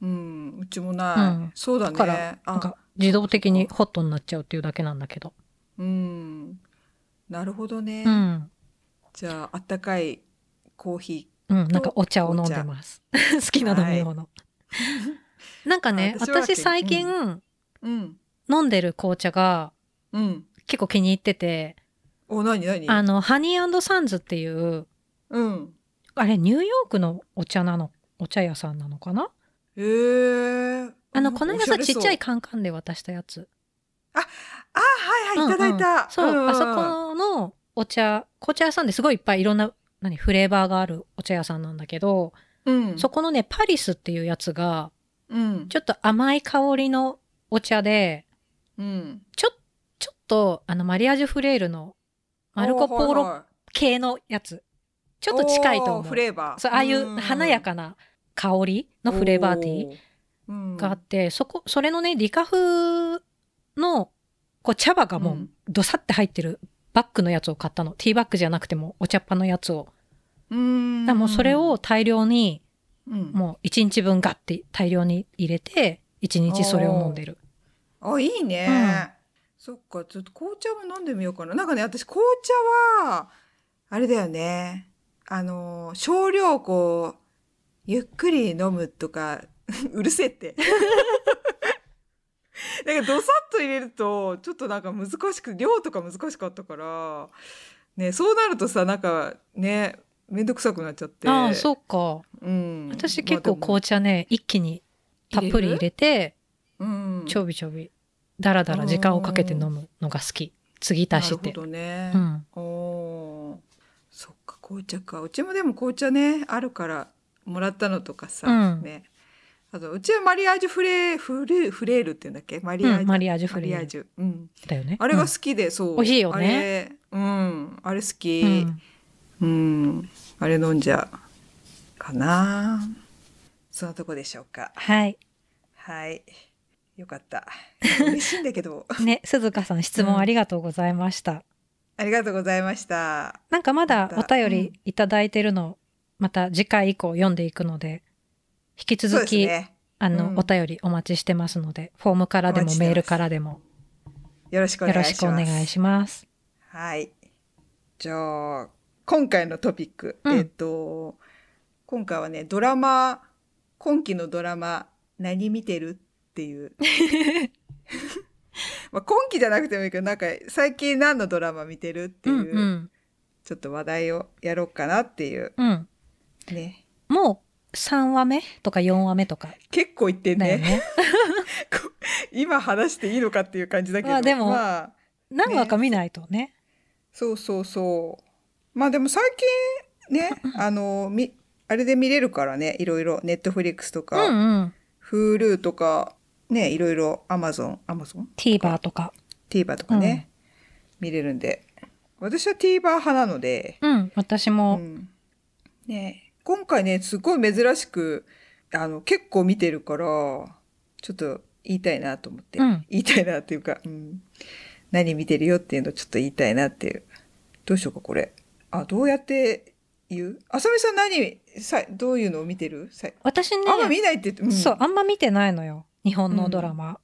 Speaker 1: うん、うちもない。
Speaker 2: うん
Speaker 1: そうだね。
Speaker 2: だから
Speaker 1: あ
Speaker 2: なんか自動的にホットになっちゃうっていうだけなんだけど。
Speaker 1: うん。なるほどね。
Speaker 2: うん。
Speaker 1: じゃあ、あったかいコーヒ
Speaker 2: うん、なんかお茶を飲んでます。 好きな飲み物。 なんかね、
Speaker 1: あ私は
Speaker 2: 私最近、
Speaker 1: ー。うん。
Speaker 2: 飲んでる紅茶が
Speaker 1: うん。
Speaker 2: 結構気に入ってて、
Speaker 1: お、なになに
Speaker 2: あの、ハニーサンズっていう、
Speaker 1: うん。
Speaker 2: あれ、ニューヨークのお茶なの、お茶屋さんなのかな
Speaker 1: へえ。
Speaker 2: あ
Speaker 1: な
Speaker 2: の、
Speaker 1: ん
Speaker 2: こ
Speaker 1: か
Speaker 2: の
Speaker 1: お
Speaker 2: 間
Speaker 1: しゃ
Speaker 2: さ、
Speaker 1: れ
Speaker 2: ちっ
Speaker 1: そう
Speaker 2: ちゃい。カンカンで渡したやつ。
Speaker 1: あはいはい、いただい
Speaker 2: うんう
Speaker 1: た。
Speaker 2: んそう、
Speaker 1: んん
Speaker 2: あそこのお茶、紅茶屋さんですごいいっぱいいろんな、何、フレーバーがあるお茶屋さんなんだけど、
Speaker 1: うん。
Speaker 2: そこのね、パリスっていうやつが、
Speaker 1: うん。
Speaker 2: ちょっと甘い香りのお茶で、
Speaker 1: うん。
Speaker 2: ちょ、ちょっと、あの、マリアージュフレールの、マルコ・ポーロ
Speaker 1: ロ、
Speaker 2: 系のやつ。ち
Speaker 1: ち
Speaker 2: ょっと近いと思う
Speaker 1: フ。レーバー。
Speaker 2: そう、ああいう華やかな香りのフレーバーティ
Speaker 1: ー
Speaker 2: ーがあって、そこ、それのね、リカ風の、こう、茶葉がも
Speaker 1: う、
Speaker 2: うんどさって入ってるバッグのやつを買ったの。ティーバッグじゃなくても、お茶っ葉のやつを。
Speaker 1: うん。
Speaker 2: だからもうそれを大量に、
Speaker 1: うん、
Speaker 2: もう1日分ガッて大量に入れて、1日それを飲んでる。
Speaker 1: あ、いいね。
Speaker 2: うん
Speaker 1: そっか、ちょっと紅茶も飲んでみようかな。なんかね、私紅茶は、あれだよね。あの、少量こう、ゆっくり飲むとか、 うるせえって。 なんかどさっと入れると、ちょっとなんか難しく、量とか難しかったから、ね、そうなるとさ、なんかね、めんどくさくなっちゃって。
Speaker 2: ああ、そうか。
Speaker 1: うん。
Speaker 2: 私結構
Speaker 1: まあでも
Speaker 2: 紅茶ね、一気にたっぷり入れて、
Speaker 1: うん。
Speaker 2: ちょびちょび、だらだら時間をかけて飲むのが好き。継ぎ足し
Speaker 1: な
Speaker 2: て
Speaker 1: る。ほどね。
Speaker 2: うん。
Speaker 1: おーそっか紅茶かうちもでも紅茶ねあるからもらったのとかさ、
Speaker 2: うん
Speaker 1: ねあとうちはマリアージュフレーフレーフレールって言うんだっけマリアージュ、
Speaker 2: うんマリアージュフレール
Speaker 1: マリアジュうん
Speaker 2: だよね。
Speaker 1: あれが
Speaker 2: うん
Speaker 1: 好きで、そう
Speaker 2: 美味しいよね
Speaker 1: あれうんあれ好
Speaker 2: う
Speaker 1: き
Speaker 2: ん
Speaker 1: うん、あれ飲んじゃうかなそのとこでしょうか
Speaker 2: はい。
Speaker 1: はいよかった嬉しいんだけ ど
Speaker 2: ね、鈴鹿さん質問ありがとうございました。
Speaker 1: ありがとうございました
Speaker 2: なんかまだお
Speaker 1: また
Speaker 2: 便りいただいてるの、また次回以降読んでいくので、引き続き、
Speaker 1: ね
Speaker 2: あの、
Speaker 1: うん
Speaker 2: お便りお待ちしてますので、フォームからで
Speaker 1: お
Speaker 2: も
Speaker 1: 待ちしてます
Speaker 2: メールからでも
Speaker 1: よろしくお
Speaker 2: よ
Speaker 1: 願
Speaker 2: ろ
Speaker 1: い
Speaker 2: し
Speaker 1: し
Speaker 2: くお
Speaker 1: ま
Speaker 2: 願
Speaker 1: す
Speaker 2: いします。
Speaker 1: はい。じゃあ、今回のトピック。
Speaker 2: うん
Speaker 1: えっ、と、今回はね、ドラマ、今期のドラマ、何見てるって いう。まあ、今期じゃなくてもいいけど、なんか、最近何のドラマ見てるっていうう、
Speaker 2: んうん。
Speaker 1: ちょっと話題をやろうかなっていう。
Speaker 2: うん。
Speaker 1: ね。
Speaker 2: もう3話目とか4話目とか
Speaker 1: 結構言ってん
Speaker 2: だよ
Speaker 1: ね。
Speaker 2: ね。
Speaker 1: こ今話していいのかっていう感じだけど。
Speaker 2: まあでも
Speaker 1: まあ
Speaker 2: 何話か見ないとね。
Speaker 1: そうそうそう。まあでも最近ね、あの、み、あれで見れるからね、いろいろ、ネットフリックスと
Speaker 2: う
Speaker 1: か、
Speaker 2: んうん。
Speaker 1: Hulu とか、ね、いろいろ、アマゾン、アマゾン
Speaker 2: TVer とか。
Speaker 1: ?TVer とかね、見れるんで。私は TVer 派なので、
Speaker 2: うん。私
Speaker 1: う
Speaker 2: も。
Speaker 1: ん。ね、今回ね、すごい珍しく、あの、結構見てるから、ちょっと言いたいなと思って、
Speaker 2: うん
Speaker 1: 言いたいなっていうか、うん、何見てるよっていうのをちょっと言いたいなっていう。どうしようか、これ。あ、どうやって言うあさみさん何、さ、どういうのを見てるさ
Speaker 2: 私ね
Speaker 1: あんま見ないって言って、うん
Speaker 2: そう、あんま見てないのよ。日本のドラマ。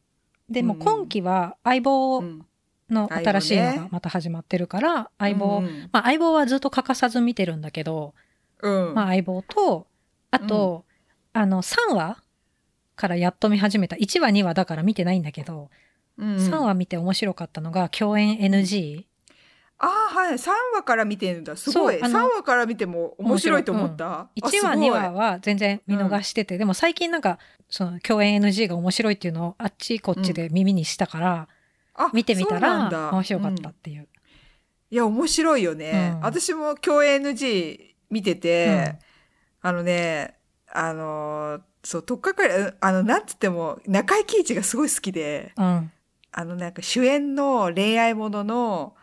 Speaker 2: でも
Speaker 1: うん
Speaker 2: 今期は相棒
Speaker 1: うん
Speaker 2: の新しいの
Speaker 1: 相棒
Speaker 2: が
Speaker 1: ね
Speaker 2: また始まってるから、相棒、
Speaker 1: うん
Speaker 2: まあ相棒はずっと欠かさず見てるんだけど、
Speaker 1: うん。
Speaker 2: まあ相棒と、あと、あの3話からやっと見始めた。1話2話だから見てないんだけど、
Speaker 1: うん
Speaker 2: 3話見て面白かったのが共演 NG。
Speaker 1: あーはい。3話から見てるんだ。すごい。
Speaker 2: そうあ
Speaker 1: 3
Speaker 2: の
Speaker 1: 話から見ても面白いと思った。あ
Speaker 2: 1話
Speaker 1: すごい
Speaker 2: 2話は全然見逃してて、でも最近なんかその共演 NG が面白いっていうのをあっちこっちで耳にしたから、
Speaker 1: あ
Speaker 2: 見てみた
Speaker 1: そうなん
Speaker 2: ら
Speaker 1: だ
Speaker 2: 面白かっ
Speaker 1: う
Speaker 2: た
Speaker 1: ん
Speaker 2: っていう。
Speaker 1: いや、面白いよね。
Speaker 2: うん
Speaker 1: 私も共演 NG 見てて、あのね、あのー、そう、とっかかり、あの、なんつっても、中井貴一がすごい好きで、
Speaker 2: うん。
Speaker 1: あの、なんか主演の恋愛ものの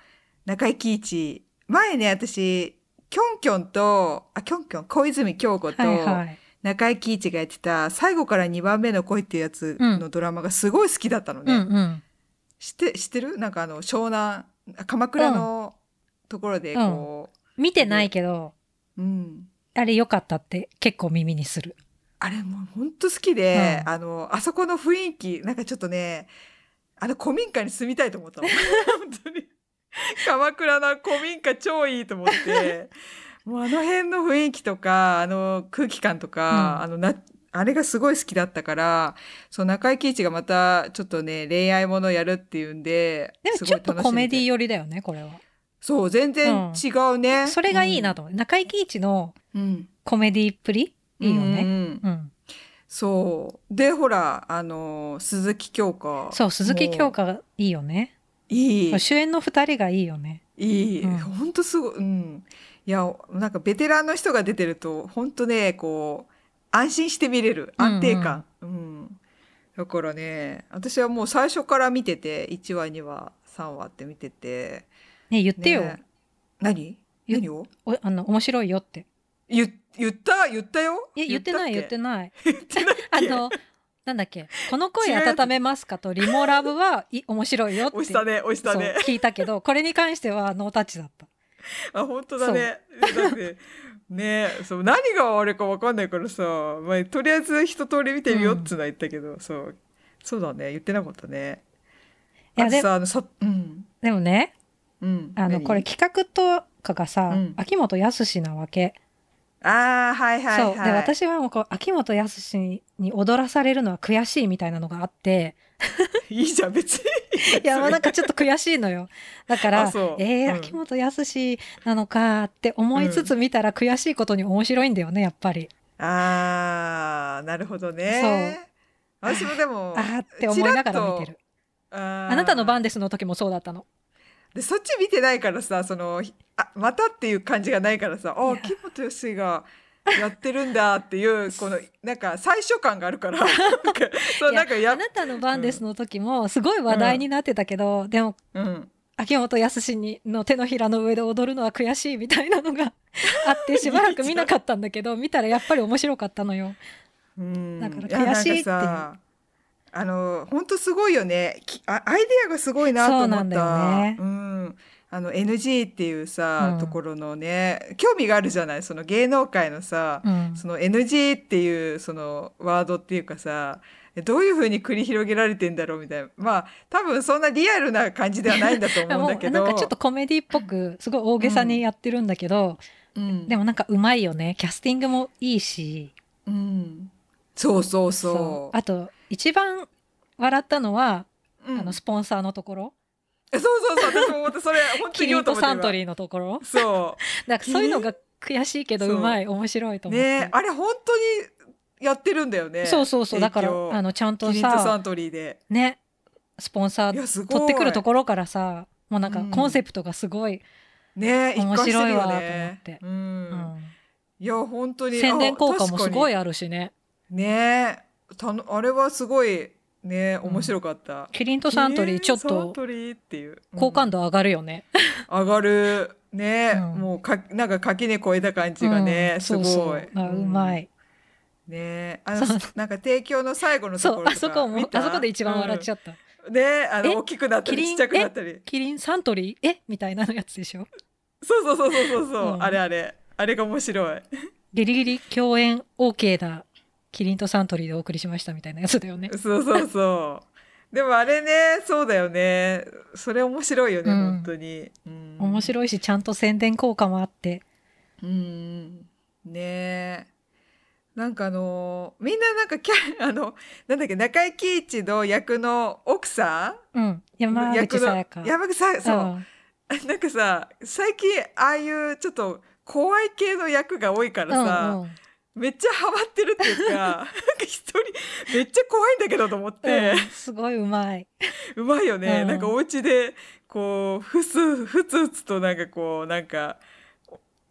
Speaker 1: 中井貴一。前ね、私、キョンキョンと、あ、キョンキョン、小泉京子と、
Speaker 2: はいはい。
Speaker 1: 中井貴一がやってた、最後から2番目の恋っていうやつのドラマがすごい好きだったの
Speaker 2: う
Speaker 1: ね。
Speaker 2: んうん。
Speaker 1: 知って、知ってるなんかあの、湘南、あ鎌倉のところで、こ
Speaker 2: 見てないけど、
Speaker 1: う、うん。
Speaker 2: あれ良かったって結構耳にする。
Speaker 1: あれもうほんと好きで、
Speaker 2: うん
Speaker 1: あの、あそこの雰囲気、なんかちょっとね、あの古民家に住みたいと思 ったもん。本当に。鎌倉の古民家超いいと思 って、もうあの辺の雰囲気とか、あの空気感とか、
Speaker 2: うん
Speaker 1: あのな、あれがすごい好きだったから、そう、中井貴一がまたちょっとね、恋愛ものやるっていうんで、
Speaker 2: でも
Speaker 1: す
Speaker 2: ち
Speaker 1: ご
Speaker 2: ょ
Speaker 1: い
Speaker 2: っと
Speaker 1: 楽しみで
Speaker 2: コメディ寄りだよね、これは。
Speaker 1: そう、全然違うね。
Speaker 2: それがいいなと思う。中井貴一の
Speaker 1: うん。うん。
Speaker 2: コメディっぷりいいよ
Speaker 1: うんう
Speaker 2: ね。
Speaker 1: ん
Speaker 2: うん。
Speaker 1: そう。で、ほら、あの、鈴木京香。
Speaker 2: そう、鈴木京香がいいよね。
Speaker 1: いい。
Speaker 2: 主演の2人がいいよね。
Speaker 1: いい、
Speaker 2: うん
Speaker 1: ほんとすごい、うん。いや、なんかベテランの人が出てると、ほんとね、こう、安心して見れる。安定感。うん、だからね、私はもう最初から見てて、1話、2話、3話って見てて。
Speaker 2: ね言ってよ、
Speaker 1: ね何
Speaker 2: 言っ
Speaker 1: 何を
Speaker 2: おあの面白いよって。
Speaker 1: 言言った言ったよ
Speaker 2: いや言ってない言って
Speaker 1: ない。
Speaker 2: ない。
Speaker 1: 言ってないっけ。
Speaker 2: あのなんだっけ「この恋温めますか?」と「リモラブはい」面白いよって
Speaker 1: 押したね、押したね。
Speaker 2: そう聞いたけどこれに関してはノータッチだった。
Speaker 1: あ、本当だね。だって、ねそう、何があれかわかんないからさ、まあ、とりあえず一通り見てみようっつうのは言ったけど、そう、そうだね、言ってなかったね。
Speaker 2: いや
Speaker 1: あと
Speaker 2: で
Speaker 1: さ、あの、さ、うん、
Speaker 2: でもね
Speaker 1: うん。
Speaker 2: あの
Speaker 1: 何
Speaker 2: これ、企画とかがさ、
Speaker 1: うん
Speaker 2: 秋元康なわけ。
Speaker 1: ああ、はいはいはい。
Speaker 2: そうで私はもうこう秋元康に踊らされるのは悔しいみたいなのがあって
Speaker 1: いいじゃん、別に。
Speaker 2: いやもうなんかちょっと悔しいの よだか
Speaker 1: あ
Speaker 2: ら
Speaker 1: そう
Speaker 2: えー
Speaker 1: うん
Speaker 2: 秋元康なのかって思いつつ見たら悔しいことに面白いんだよねやっぱり。
Speaker 1: ああ、なるほどね。私もでも、
Speaker 2: あーって思いながら見てる。
Speaker 1: あ
Speaker 2: あなたの番
Speaker 1: で。
Speaker 2: ですの時もそうだったの。
Speaker 1: で、そっち見てないからさ、その、ひあ、またっていう感じがないからさ、ああ、
Speaker 2: いや
Speaker 1: 木本よしがやってるんだって いう、この、なんか、最初感があるから、なんか、そう、
Speaker 2: いや
Speaker 1: なんか
Speaker 2: あ
Speaker 1: や、
Speaker 2: なたの番ですの時もすごい話題になってたけど、でも
Speaker 1: うん。
Speaker 2: 秋元康にの手のひらの上で踊るのは悔しいみたいなのが あってしばらく見なかったんだけど見たらやっぱり面白かったのよ。
Speaker 1: うん。
Speaker 2: だから
Speaker 1: や
Speaker 2: 悔しいっていう
Speaker 1: なんかさあの、本当すごいよね。きあアイデアがすごいなと思った。
Speaker 2: そうなんだよね
Speaker 1: うん。あの、NG っていうさ、
Speaker 2: うん
Speaker 1: ところのね、興味があるじゃないその芸能界のさ、
Speaker 2: うん
Speaker 1: その NG っていうそのワードっていうかさどういうふうに繰り広げられてんだろうみたいなまあ多分そんなリアルな感じではないんだと思うん
Speaker 2: も
Speaker 1: だけ
Speaker 2: う
Speaker 1: ど
Speaker 2: なんかちょっとコメディっぽくすごい大げさにやってるんだけど、
Speaker 1: うん
Speaker 2: でもなんかうまいよねキャスティングもいいし
Speaker 1: うんそうそうそう
Speaker 2: あと一番笑ったのは、
Speaker 1: うん
Speaker 2: あのスポンサーのところ
Speaker 1: そうそうそう私も思ったそれ本当
Speaker 2: キ
Speaker 1: に
Speaker 2: リ
Speaker 1: 言お
Speaker 2: ン
Speaker 1: うと
Speaker 2: と
Speaker 1: 思っ
Speaker 2: サント
Speaker 1: て
Speaker 2: リーのところ
Speaker 1: 今そ
Speaker 2: なんかそういうのが悔しいけど
Speaker 1: そう
Speaker 2: うまい面白いと
Speaker 1: う
Speaker 2: 思って、
Speaker 1: ねあれ本当にやってるんだよね
Speaker 2: そうそうそうだから
Speaker 1: 影響
Speaker 2: あのちゃんと
Speaker 1: キリンとサ
Speaker 2: さ
Speaker 1: ントリーで
Speaker 2: ねスポンサ
Speaker 1: い
Speaker 2: ー
Speaker 1: やすごい
Speaker 2: 取ってくるところからさもうなんか
Speaker 1: うん
Speaker 2: コンセプトがすごい、
Speaker 1: ね一貫してるよ
Speaker 2: 面白いわと思っ
Speaker 1: ね
Speaker 2: て
Speaker 1: う
Speaker 2: うんん
Speaker 1: いや本当に
Speaker 2: 宣伝効果もすご
Speaker 1: い
Speaker 2: いあるしね
Speaker 1: ねえたのあれはすごいね
Speaker 2: うん
Speaker 1: 面白かった、
Speaker 2: キリンとサントリー
Speaker 1: ねえ
Speaker 2: ちょっ
Speaker 1: サン
Speaker 2: と
Speaker 1: トリーっていう、うん
Speaker 2: 好感度上がるよね、
Speaker 1: 上がるねえ、
Speaker 2: うん
Speaker 1: もうかなんか垣根越えた感じがね、
Speaker 2: うん
Speaker 1: すごい
Speaker 2: そうそうあうま
Speaker 1: ん
Speaker 2: い、
Speaker 1: ねえあの
Speaker 2: そう
Speaker 1: なんか提供の最後のと
Speaker 2: そ
Speaker 1: こ
Speaker 2: う
Speaker 1: ろと
Speaker 2: あ
Speaker 1: か
Speaker 2: そこも
Speaker 1: 見た
Speaker 2: あそこで一番笑っちゃった、
Speaker 1: うんねえあ
Speaker 2: え
Speaker 1: の大きくなった
Speaker 2: キ
Speaker 1: り
Speaker 2: リン
Speaker 1: ちっちゃくなったり
Speaker 2: キリンサントリーえみたいなやつでしょ
Speaker 1: そうそうそうそうそうそう、
Speaker 2: うん
Speaker 1: あれあれあれが面白い
Speaker 2: ギリギリ共演 OK だキリンとサントリーでお送りしましたみたいなやつだよね
Speaker 1: そうそうそう。でもあれね、そうだよね。それ面白いよね、
Speaker 2: うん
Speaker 1: 本当に。うん
Speaker 2: 面白いしちゃんと宣伝効果もあって
Speaker 1: うん。ねえ。なんかあのみんななんかキャ、あ の、なんだっけ、中井貴一の役の奥さ
Speaker 2: うん
Speaker 1: ん
Speaker 2: 山
Speaker 1: 役
Speaker 2: 口
Speaker 1: の
Speaker 2: さやか
Speaker 1: 山口さやか、そうう。
Speaker 2: ん
Speaker 1: なんかさ、最近ああいうちょっと怖い系の役が多いからさ、
Speaker 2: うんうん
Speaker 1: めっちゃハマってるっていうか、 なんか一人、めっちゃ怖いんだけどと思って。
Speaker 2: うんすごいうまい、
Speaker 1: うまいよね、
Speaker 2: うん
Speaker 1: なんかお家でこうふつふつふつとなんかこうなんか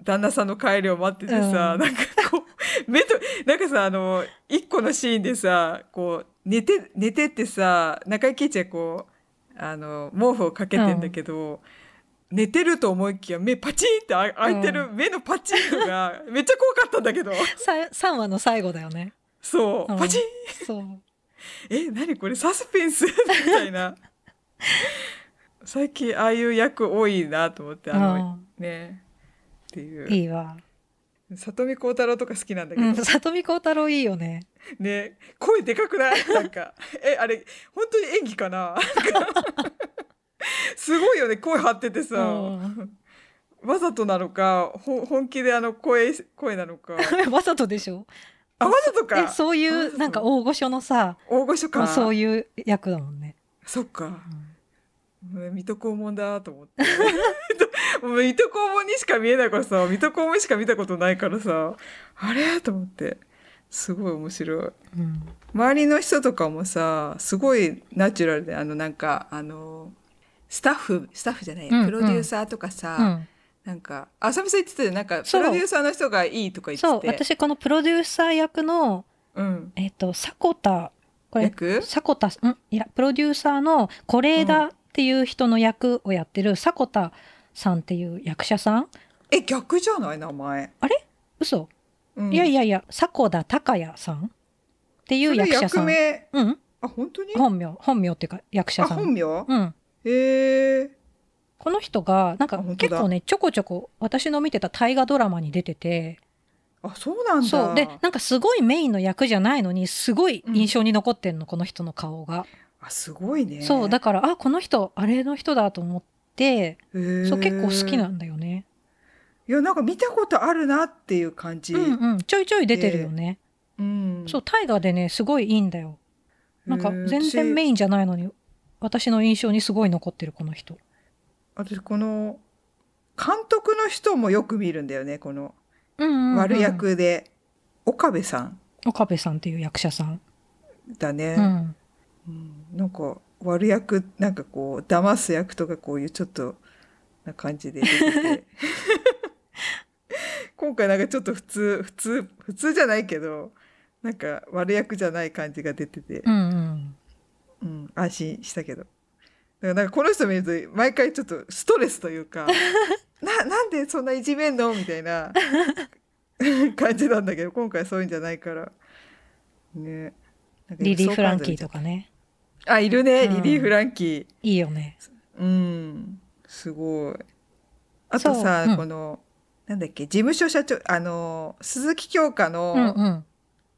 Speaker 1: 旦那さんの帰りを待っててさ、
Speaker 2: うん
Speaker 1: なんかこう 目となんかさあの一個のシーンでさこう寝て寝てってさ中井貴一はこうあの毛布をかけてんだけど、寝てると思いきや目パチンってあ開いてる、目のパチンのがめっちゃ怖かったんだけど
Speaker 2: さ3話の最後だよね
Speaker 1: そう、
Speaker 2: うん
Speaker 1: パチン
Speaker 2: そう
Speaker 1: え何これサスペンス みたいな最近ああいう役多いなと思ってあの、ねっていう
Speaker 2: うんいいわ、
Speaker 1: 里見孝太郎とか好きなんだけ
Speaker 2: う
Speaker 1: ど、
Speaker 2: ん、里見孝太郎いいよね
Speaker 1: ね声でかくないなんかえあれ本当に演技か なすごいよね声張っててさ、
Speaker 2: うん
Speaker 1: わざとなのかほ本気であの声声なの か
Speaker 2: わざとでしょ
Speaker 1: あわざと
Speaker 2: え
Speaker 1: か
Speaker 2: そうい
Speaker 1: わざ
Speaker 2: う
Speaker 1: と
Speaker 2: なんか大御所のさ
Speaker 1: 大御所
Speaker 2: ま
Speaker 1: か
Speaker 2: あそういう役だもんね、
Speaker 1: そっか
Speaker 2: うん
Speaker 1: うん水戸黄門だと思って もう水戸黄門にしか見えないからさ水戸黄門しか見たことないからさあれと思ってすごい面白い
Speaker 2: うん
Speaker 1: 周りの人とかもさすごいナチュラルであのなんかあのスタッフ、スタッフじゃない
Speaker 2: うんう
Speaker 1: や、
Speaker 2: ん
Speaker 1: プロデューサーとかさ、
Speaker 2: うん、
Speaker 1: なんか、浅見さん言ってたよ、なんか、プ
Speaker 2: そう
Speaker 1: ロデューサーの人がいいとか言ってて。
Speaker 2: そう私このプロデューサー役の
Speaker 1: うん。
Speaker 2: えっ、と迫田これ
Speaker 1: 役
Speaker 2: 迫田んいやプロデューサーの是枝っていう人の役をやってる迫田さんっていう役者さん
Speaker 1: え、逆じゃない名前。
Speaker 2: 嘘、
Speaker 1: うん
Speaker 2: いやいやいや迫田孝也さんっていう役者さ
Speaker 1: そ
Speaker 2: ん
Speaker 1: れ役名、
Speaker 2: うん
Speaker 1: あ、本当に
Speaker 2: 本名本名っていうか役者
Speaker 1: あ、
Speaker 2: さ
Speaker 1: 本
Speaker 2: ん
Speaker 1: 名
Speaker 2: うん
Speaker 1: へえ。
Speaker 2: この人がなんか
Speaker 1: あ本当だ
Speaker 2: 結構ねちょこちょこ私の見てた大河ドラマに出てて
Speaker 1: あ、そうなんだ。
Speaker 2: そうでなんかすごいメインの役じゃないのにすごい印象に残ってんの、この人の顔が、
Speaker 1: あ、すごいね。
Speaker 2: そうだからあこの人あれの人だと思って
Speaker 1: へえ
Speaker 2: そう結構好きなんだよね、
Speaker 1: いや、なんか見たことあるなっていう感じ。
Speaker 2: うんうんちょいちょい出てるよね、
Speaker 1: うん
Speaker 2: そう大河でねすごいいいんだよなんか全然メ
Speaker 1: イン。
Speaker 2: インじゃないのに私の印象にすごい残ってるこの人
Speaker 1: 私、私この、監督の人もよく見るんだよね、この、
Speaker 2: うんうんうん
Speaker 1: 悪役で、岡部さん
Speaker 2: 岡部さんっていう役者さん、
Speaker 1: だね。
Speaker 2: うん、
Speaker 1: うんなんか悪役なんかこう騙す役とかこういうちょっとな感じで出てて 今回なんかちょっと普通普通普通じゃないけどなんか悪役じゃない感じが出てて
Speaker 2: う、んうん
Speaker 1: うん、安心したけどだからなんかこの人見ると毎回ちょっとストレスという かななんでそんないじめんのみたいな感じなんだけど今回そういうんじゃないからねなんか
Speaker 2: リリー・
Speaker 1: 相関図
Speaker 2: フランキ
Speaker 1: 見
Speaker 2: ー
Speaker 1: ちゃ
Speaker 2: と
Speaker 1: った
Speaker 2: かね
Speaker 1: あいるね、
Speaker 2: うん
Speaker 1: リリー・フランキー。
Speaker 2: いいよね
Speaker 1: うん、すごい。あとさ、
Speaker 2: そううん
Speaker 1: この、なんだっけ、事務所社長、あの、鈴木京香の、
Speaker 2: うんうん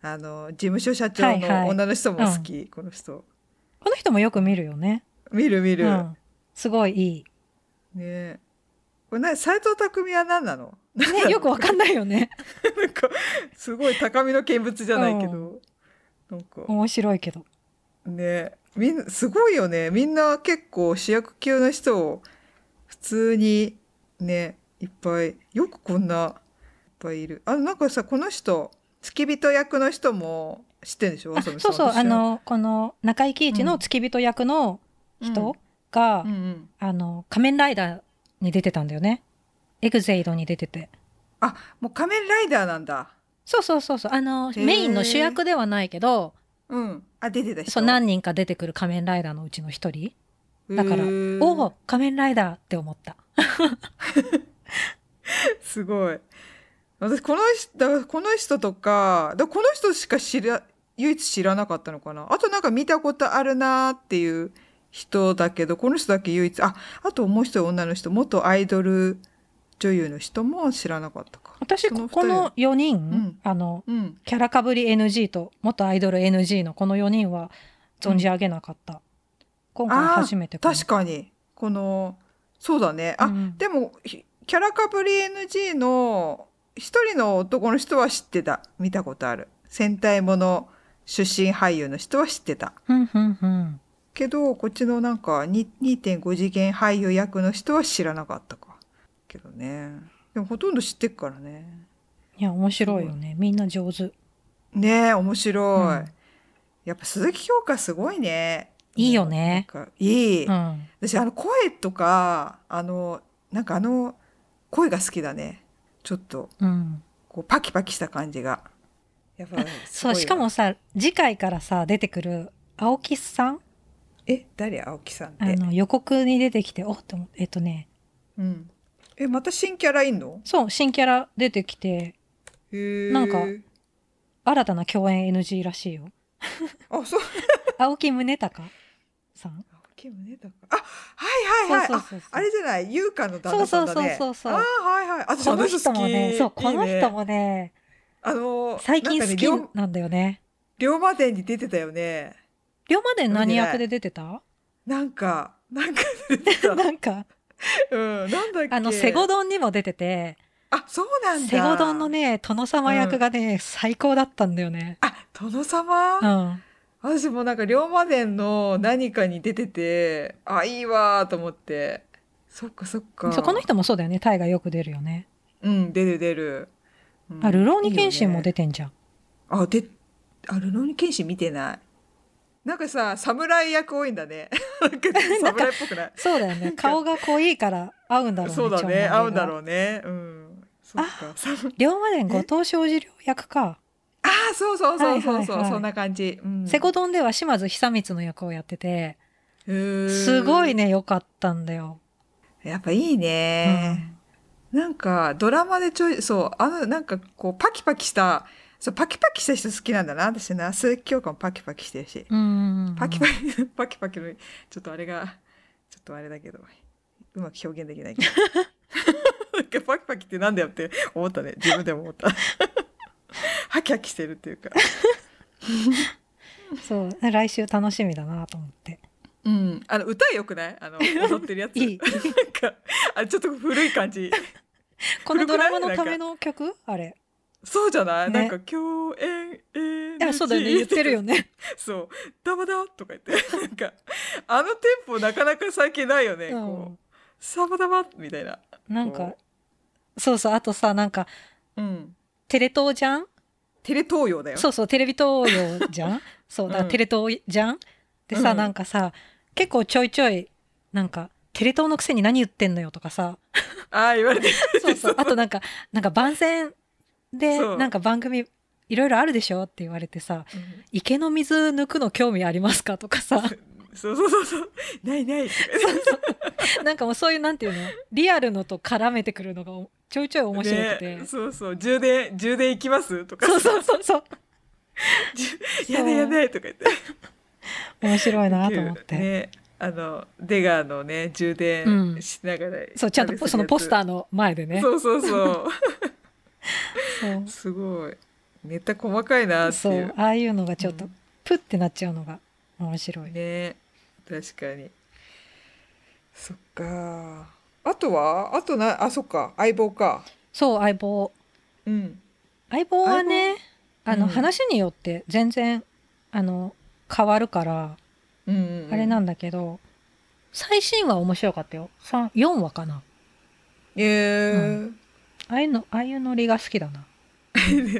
Speaker 1: あの、事務所社長
Speaker 2: はいは
Speaker 1: の
Speaker 2: い
Speaker 1: 女の人も好き、この人。
Speaker 2: この人もよく見るよね。
Speaker 1: 見る見る。
Speaker 2: うん、すごいい
Speaker 1: ねこれな、斎藤匠は何なの
Speaker 2: い。ね、よくわかんないよね。
Speaker 1: なんか、すごい高みの見物じゃないけど、なんか、
Speaker 2: 面白いけど。
Speaker 1: ねみんな、すごいよね。みんな結構主役級の人を、普通に、ね、いっぱい、よくこんな、いっぱいいる。あ、なんかさ、この人、付き人役の人も知ってんでしょ
Speaker 2: あ
Speaker 1: 浅見さ
Speaker 2: そ
Speaker 1: ん
Speaker 2: うそ
Speaker 1: 私
Speaker 2: う、
Speaker 1: は
Speaker 2: あの、この中井貴一の付き人役の人が、
Speaker 1: うん、うんうん
Speaker 2: あの、仮面ライダーに出てたんだよね。エグゼイドに出てて。
Speaker 1: あ、もう仮面ライダーなんだ。
Speaker 2: そうそうそうそう、あの、
Speaker 1: へー
Speaker 2: メインの主役ではないけど、
Speaker 1: うん。あ、出てた人。
Speaker 2: そう、何人か出てくる仮面ライダーのうちの一人。だから
Speaker 1: へー
Speaker 2: おお、仮面ライダーって思った。
Speaker 1: すごい。私、この人、だからこの人とか、だこの人しか知ら、唯一知らなかったのかな。あとなんか見たことあるなーっていう人だけど、この人だけ唯一、あ、あともう一人女の人、元アイドル女優の人も知らなかったか。
Speaker 2: 私、
Speaker 1: その
Speaker 2: こ
Speaker 1: 二
Speaker 2: こ
Speaker 1: 人
Speaker 2: の4人、
Speaker 1: ん
Speaker 2: あの、
Speaker 1: うん。
Speaker 2: キャラかぶり NG と元アイドル NG のこの4人は存じ上げなかった、今回初めて
Speaker 1: 確かに。この、そうだね。あ、
Speaker 2: うん
Speaker 1: でも、ひキャラかぶり NG の一人の男の人は知ってた。見たことある。戦隊もの出身俳優の人は知ってた。
Speaker 2: うんうんうん
Speaker 1: けどこっちのなんかに2.5次元俳優役の人は知らなかったかけどねでもほとんど知ってっからね
Speaker 2: いや面白いよねみんな上手
Speaker 1: ねえ面白い、
Speaker 2: うん
Speaker 1: やっぱ鈴木京香すごいね
Speaker 2: いいよね
Speaker 1: なんかいい、
Speaker 2: うん
Speaker 1: 私あの声とかあのなんかあの声が好きだねちょっと
Speaker 2: うん
Speaker 1: こうパキパキした感じがやっぱす
Speaker 2: そ
Speaker 1: ごいうわ
Speaker 2: しかもさ次回からさ出てくる青木さん
Speaker 1: え誰青木さんっ
Speaker 2: あ
Speaker 1: て
Speaker 2: の予告に出てきておっと思ってえっとね
Speaker 1: うんえまた新キャラいんの
Speaker 2: そう新キャラ出てきて
Speaker 1: へえ
Speaker 2: なんか新たな共演 NG らし いよ
Speaker 1: あそう
Speaker 2: 青木宗隆さん
Speaker 1: 青木宗隆あはいはいはい
Speaker 2: そうそうそうそう
Speaker 1: ああれじゃない優香の旦那さんだね
Speaker 2: そうそうそうそう
Speaker 1: あーはいはい私
Speaker 2: こ
Speaker 1: あ
Speaker 2: の
Speaker 1: の人好
Speaker 2: 人
Speaker 1: き
Speaker 2: もねそうこの
Speaker 1: いい
Speaker 2: 人もね
Speaker 1: あのー
Speaker 2: 最近
Speaker 1: なんかね
Speaker 2: 好
Speaker 1: 龍
Speaker 2: きなんだよね
Speaker 1: 龍馬伝に出てたよね
Speaker 2: 龍馬伝何役で出てた
Speaker 1: なんかなんか出て た
Speaker 2: なんか
Speaker 1: うんなんだっけ
Speaker 2: あのセゴドンにも出てて
Speaker 1: あそうなんだ
Speaker 2: セゴドンのね殿様役がね、最高だったんだよね。
Speaker 1: あ殿様、
Speaker 2: うん、
Speaker 1: 私もなんか龍馬伝の何かに出ててあいいわーと思ってそっかそっか
Speaker 2: そこの人もそうだよねタイがよく出るよね。
Speaker 1: うん出る出る、うん
Speaker 2: あルローニケンシンも
Speaker 1: いいよね
Speaker 2: 出てんじゃん。
Speaker 1: あ、で、あ、ルノーニケンシン見てない。なんかさ、侍役多いんだね。 なんか侍っぽくない
Speaker 2: そうだよね。 顔が濃いから合うんだろうね。
Speaker 1: そうだ
Speaker 2: ちょんまげ
Speaker 1: ね。
Speaker 2: が
Speaker 1: 合うんだろうね。うん。そっか。さ
Speaker 2: 龍馬伝後藤庄司良役か。
Speaker 1: ああ、そうそうそうそうそう、
Speaker 2: はいはいはい
Speaker 1: そんな感じ。うん、
Speaker 2: セコドンでは島津久光の役をやってて、
Speaker 1: す
Speaker 2: すごい。ね、良かったんだよ。
Speaker 1: やっぱいいね。なんか、ドラマでちょい、そう、あの、なんかこう、パキパキした、そう、パキパキした人好きなんだな、私な。鈴木京香もパキパキしてるし。
Speaker 2: うんうんうん。
Speaker 1: パキパキ、 パキパキの、ちょっとあれが、ちょっとあれだけど、うまく表現できないけど。なんかパキパキってなんだよって思ったね。自分でも思った。ハキハキしてるっていうか。
Speaker 2: そう、来週楽しみだなと思って。
Speaker 1: うん。あの、歌よくないあの、踊ってるやつ。
Speaker 2: いい
Speaker 1: なんか、あ、ちょっと古い感じ。
Speaker 2: このドラマのための曲あれ。
Speaker 1: そうじゃない、
Speaker 2: ね
Speaker 1: なんか、共演、え
Speaker 2: あ、そうだよね。言ってるよ
Speaker 1: ね。
Speaker 2: ね。
Speaker 1: そう。ダバダとか言って。なんか、あのテンポなかなか最近ないよね。
Speaker 2: うん
Speaker 1: こう、サバダバみたいな。
Speaker 2: なんか
Speaker 1: こ、
Speaker 2: そうそう、あとさ、なんか、
Speaker 1: う。うん。
Speaker 2: テレ東じゃん
Speaker 1: テレ東洋だよ。
Speaker 2: そうそう、テレビ東洋じ ゃんそう、だか
Speaker 1: う
Speaker 2: ら
Speaker 1: ん
Speaker 2: テレ東じゃんでさ、
Speaker 1: うん
Speaker 2: なんかさ、結構ちょいちょい、なんか、テレ東のくせに何言ってんのよとかさ、
Speaker 1: ああ、言われてる。
Speaker 2: そうそう、あとなんか、なんか番宣で
Speaker 1: そ、う
Speaker 2: なんか番組、いろいろあるでしょって言われてさ、池の水抜くの興味ありますかとか さ、
Speaker 1: うんそうそうそうそう。ないない。とか言って
Speaker 2: なんかもうそういう、なんていうの、リアルのと絡めてくるのがおちょいちょい面白くて。
Speaker 1: ねそうそう。充電、充電行きますとか。
Speaker 2: そうそうそうそう。
Speaker 1: やだやだとか言って。
Speaker 2: 面白いなと思って。
Speaker 1: ね、あの出川のね充
Speaker 2: う
Speaker 1: 電
Speaker 2: ん
Speaker 1: しながら、
Speaker 2: そう、ちゃんとポそのポスタ
Speaker 1: ー
Speaker 2: ーの前でね。
Speaker 1: そうそうそう
Speaker 2: そう
Speaker 1: すごいネタ細かいなって
Speaker 2: そ
Speaker 1: いう
Speaker 2: うああいうのがちょっと
Speaker 1: うん
Speaker 2: プッてなっちゃうのが面白い、
Speaker 1: ね確かにそっかあとはあとなあそっか相棒か
Speaker 2: そう相棒
Speaker 1: うん
Speaker 2: 相棒はね
Speaker 1: 相
Speaker 2: あ
Speaker 1: 棒
Speaker 2: の、
Speaker 1: うん
Speaker 2: 話によって全然あの変わるから
Speaker 1: うんうんうん、
Speaker 2: あれなんんだけど、最新話面白かったよ三4話かな
Speaker 1: えー
Speaker 2: ああいうのああいうノリが好きだな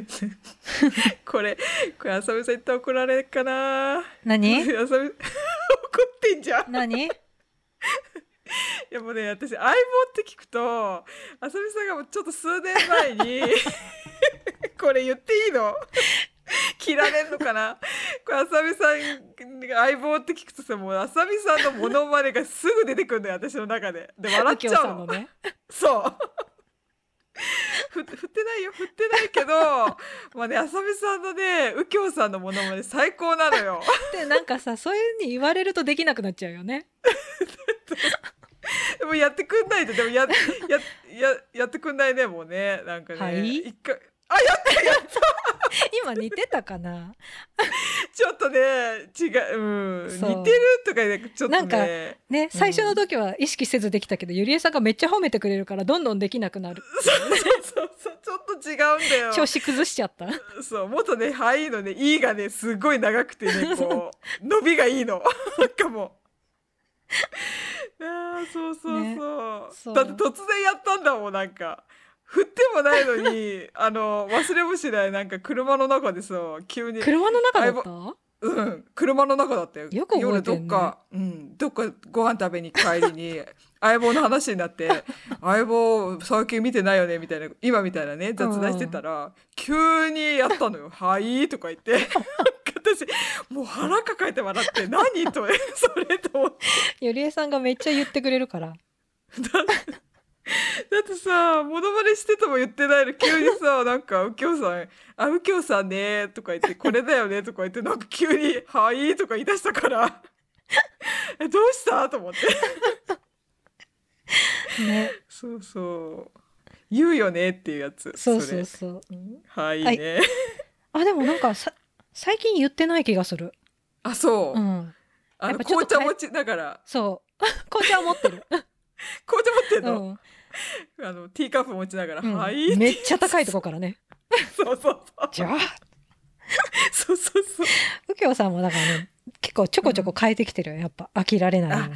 Speaker 1: これこれ浅見さん言ったら怒られるかな
Speaker 2: 何
Speaker 1: 浅見怒ってんじゃん
Speaker 2: 何
Speaker 1: いやもうね私相棒って聞くとあさみさんがもうちょっと数年前にこれ言っていいの切られんのかなこれあさみさんが相棒って聞くとさもうあさみさんのモノマネがすぐ出てくるのよ私の中でで笑っち
Speaker 2: 右京
Speaker 1: ゃう
Speaker 2: さん
Speaker 1: の
Speaker 2: のね
Speaker 1: そうふ振ってないよ振ってないけどまあねあさみさんのね右京さんのモノマネ最高なのよ
Speaker 2: でなんかさそういうふうに言われるとできなくなっちゃうよね
Speaker 1: でもやってくんないで、でもや、や、や、やってくんないね、もうね、なんかね。
Speaker 2: はい
Speaker 1: 一回、あ、やってるやっ
Speaker 2: 今似てたかな
Speaker 1: ちょっとね、違う、うん、
Speaker 2: そう
Speaker 1: 似てるとか、ね、ちょっとね。
Speaker 2: なんかね最初の時は意識せずできたけど、ゆりえさんがめっちゃ褒めてくれるからどんどんできなくなる
Speaker 1: そうそうそうそう、ちょっと違うんだよ。
Speaker 2: 調子崩しちゃった
Speaker 1: そう、もっとね、はいのね、いいがね、すごい長くて ね、こう、伸びがいいの。 なんかもう。あーそうそうそう,、
Speaker 2: ねそう
Speaker 1: だって突然やったんだもん、なんか。振ってもないのに、あの、忘れもしない、なんか車の中でさ、急に。
Speaker 2: 車の中だった
Speaker 1: うん、車の中だったよ。
Speaker 2: よく覚えてんね
Speaker 1: 夜どっか、うん、どっかご飯食べに帰り に、相棒の話になって、相棒最近見てないよね、みたいな、今みたいなね、雑談してたら、急にやったの よ。はい、とか言って。 なんか私、もう腹抱えて笑って、何と、えそれと思って。
Speaker 2: ゆりえさんがめっちゃ言ってくれるから
Speaker 1: だってさ、モノマネしてても言ってないの、急に さ、なんか、右京さん、あ、右京さんね、とか言って、これだよね、とか言 って、なんか急に、はい、とか言い出したから、 え、どうしたと思って。
Speaker 2: ね
Speaker 1: そうそう。言うよねっていうやつ。
Speaker 2: そうそう
Speaker 1: れ
Speaker 2: そう
Speaker 1: はい
Speaker 2: はい
Speaker 1: ね。
Speaker 2: あでもなんかさ最近言ってない気がする
Speaker 1: あ、そう。
Speaker 2: うん
Speaker 1: あ
Speaker 2: や
Speaker 1: の
Speaker 2: っぱちょ
Speaker 1: 紅
Speaker 2: っと
Speaker 1: 茶持ちだから、
Speaker 2: そう 紅茶を持ってる、
Speaker 1: 紅茶持ってん
Speaker 2: う
Speaker 1: の。
Speaker 2: ん
Speaker 1: あのティーカップ持ちながら、
Speaker 2: うん
Speaker 1: はいって。
Speaker 2: めっちゃ高いとこからね
Speaker 1: そうそうそう。
Speaker 2: じゃあ
Speaker 1: そうそうそう。
Speaker 2: 右京さんもだからね結構ちょこちょこ変えてきてるよやっぱ飽きられないように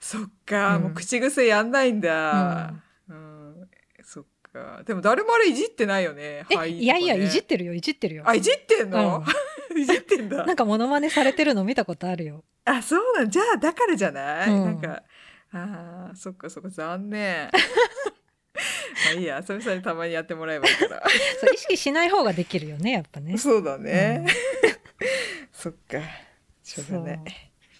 Speaker 1: そっか、
Speaker 2: うん
Speaker 1: もう口癖やんないんだ。うん。そっか。でも誰もあれいじってないよね。
Speaker 2: え、
Speaker 1: はいとかね。
Speaker 2: いやいやいじってるよいじってるよ
Speaker 1: あ、いじってんの、
Speaker 2: う ん
Speaker 1: いじってんだ
Speaker 2: なんかモノマネされてるの見たことあるよ。
Speaker 1: あそうなんじゃあだからじゃない、
Speaker 2: うん
Speaker 1: なんかあーそっかそっか残 念まあいいや久々にたまにやってもらえばいいから
Speaker 2: そう意識しない方ができるよねやっぱ ね。
Speaker 1: そうだね、
Speaker 2: うん
Speaker 1: そっかしょうがない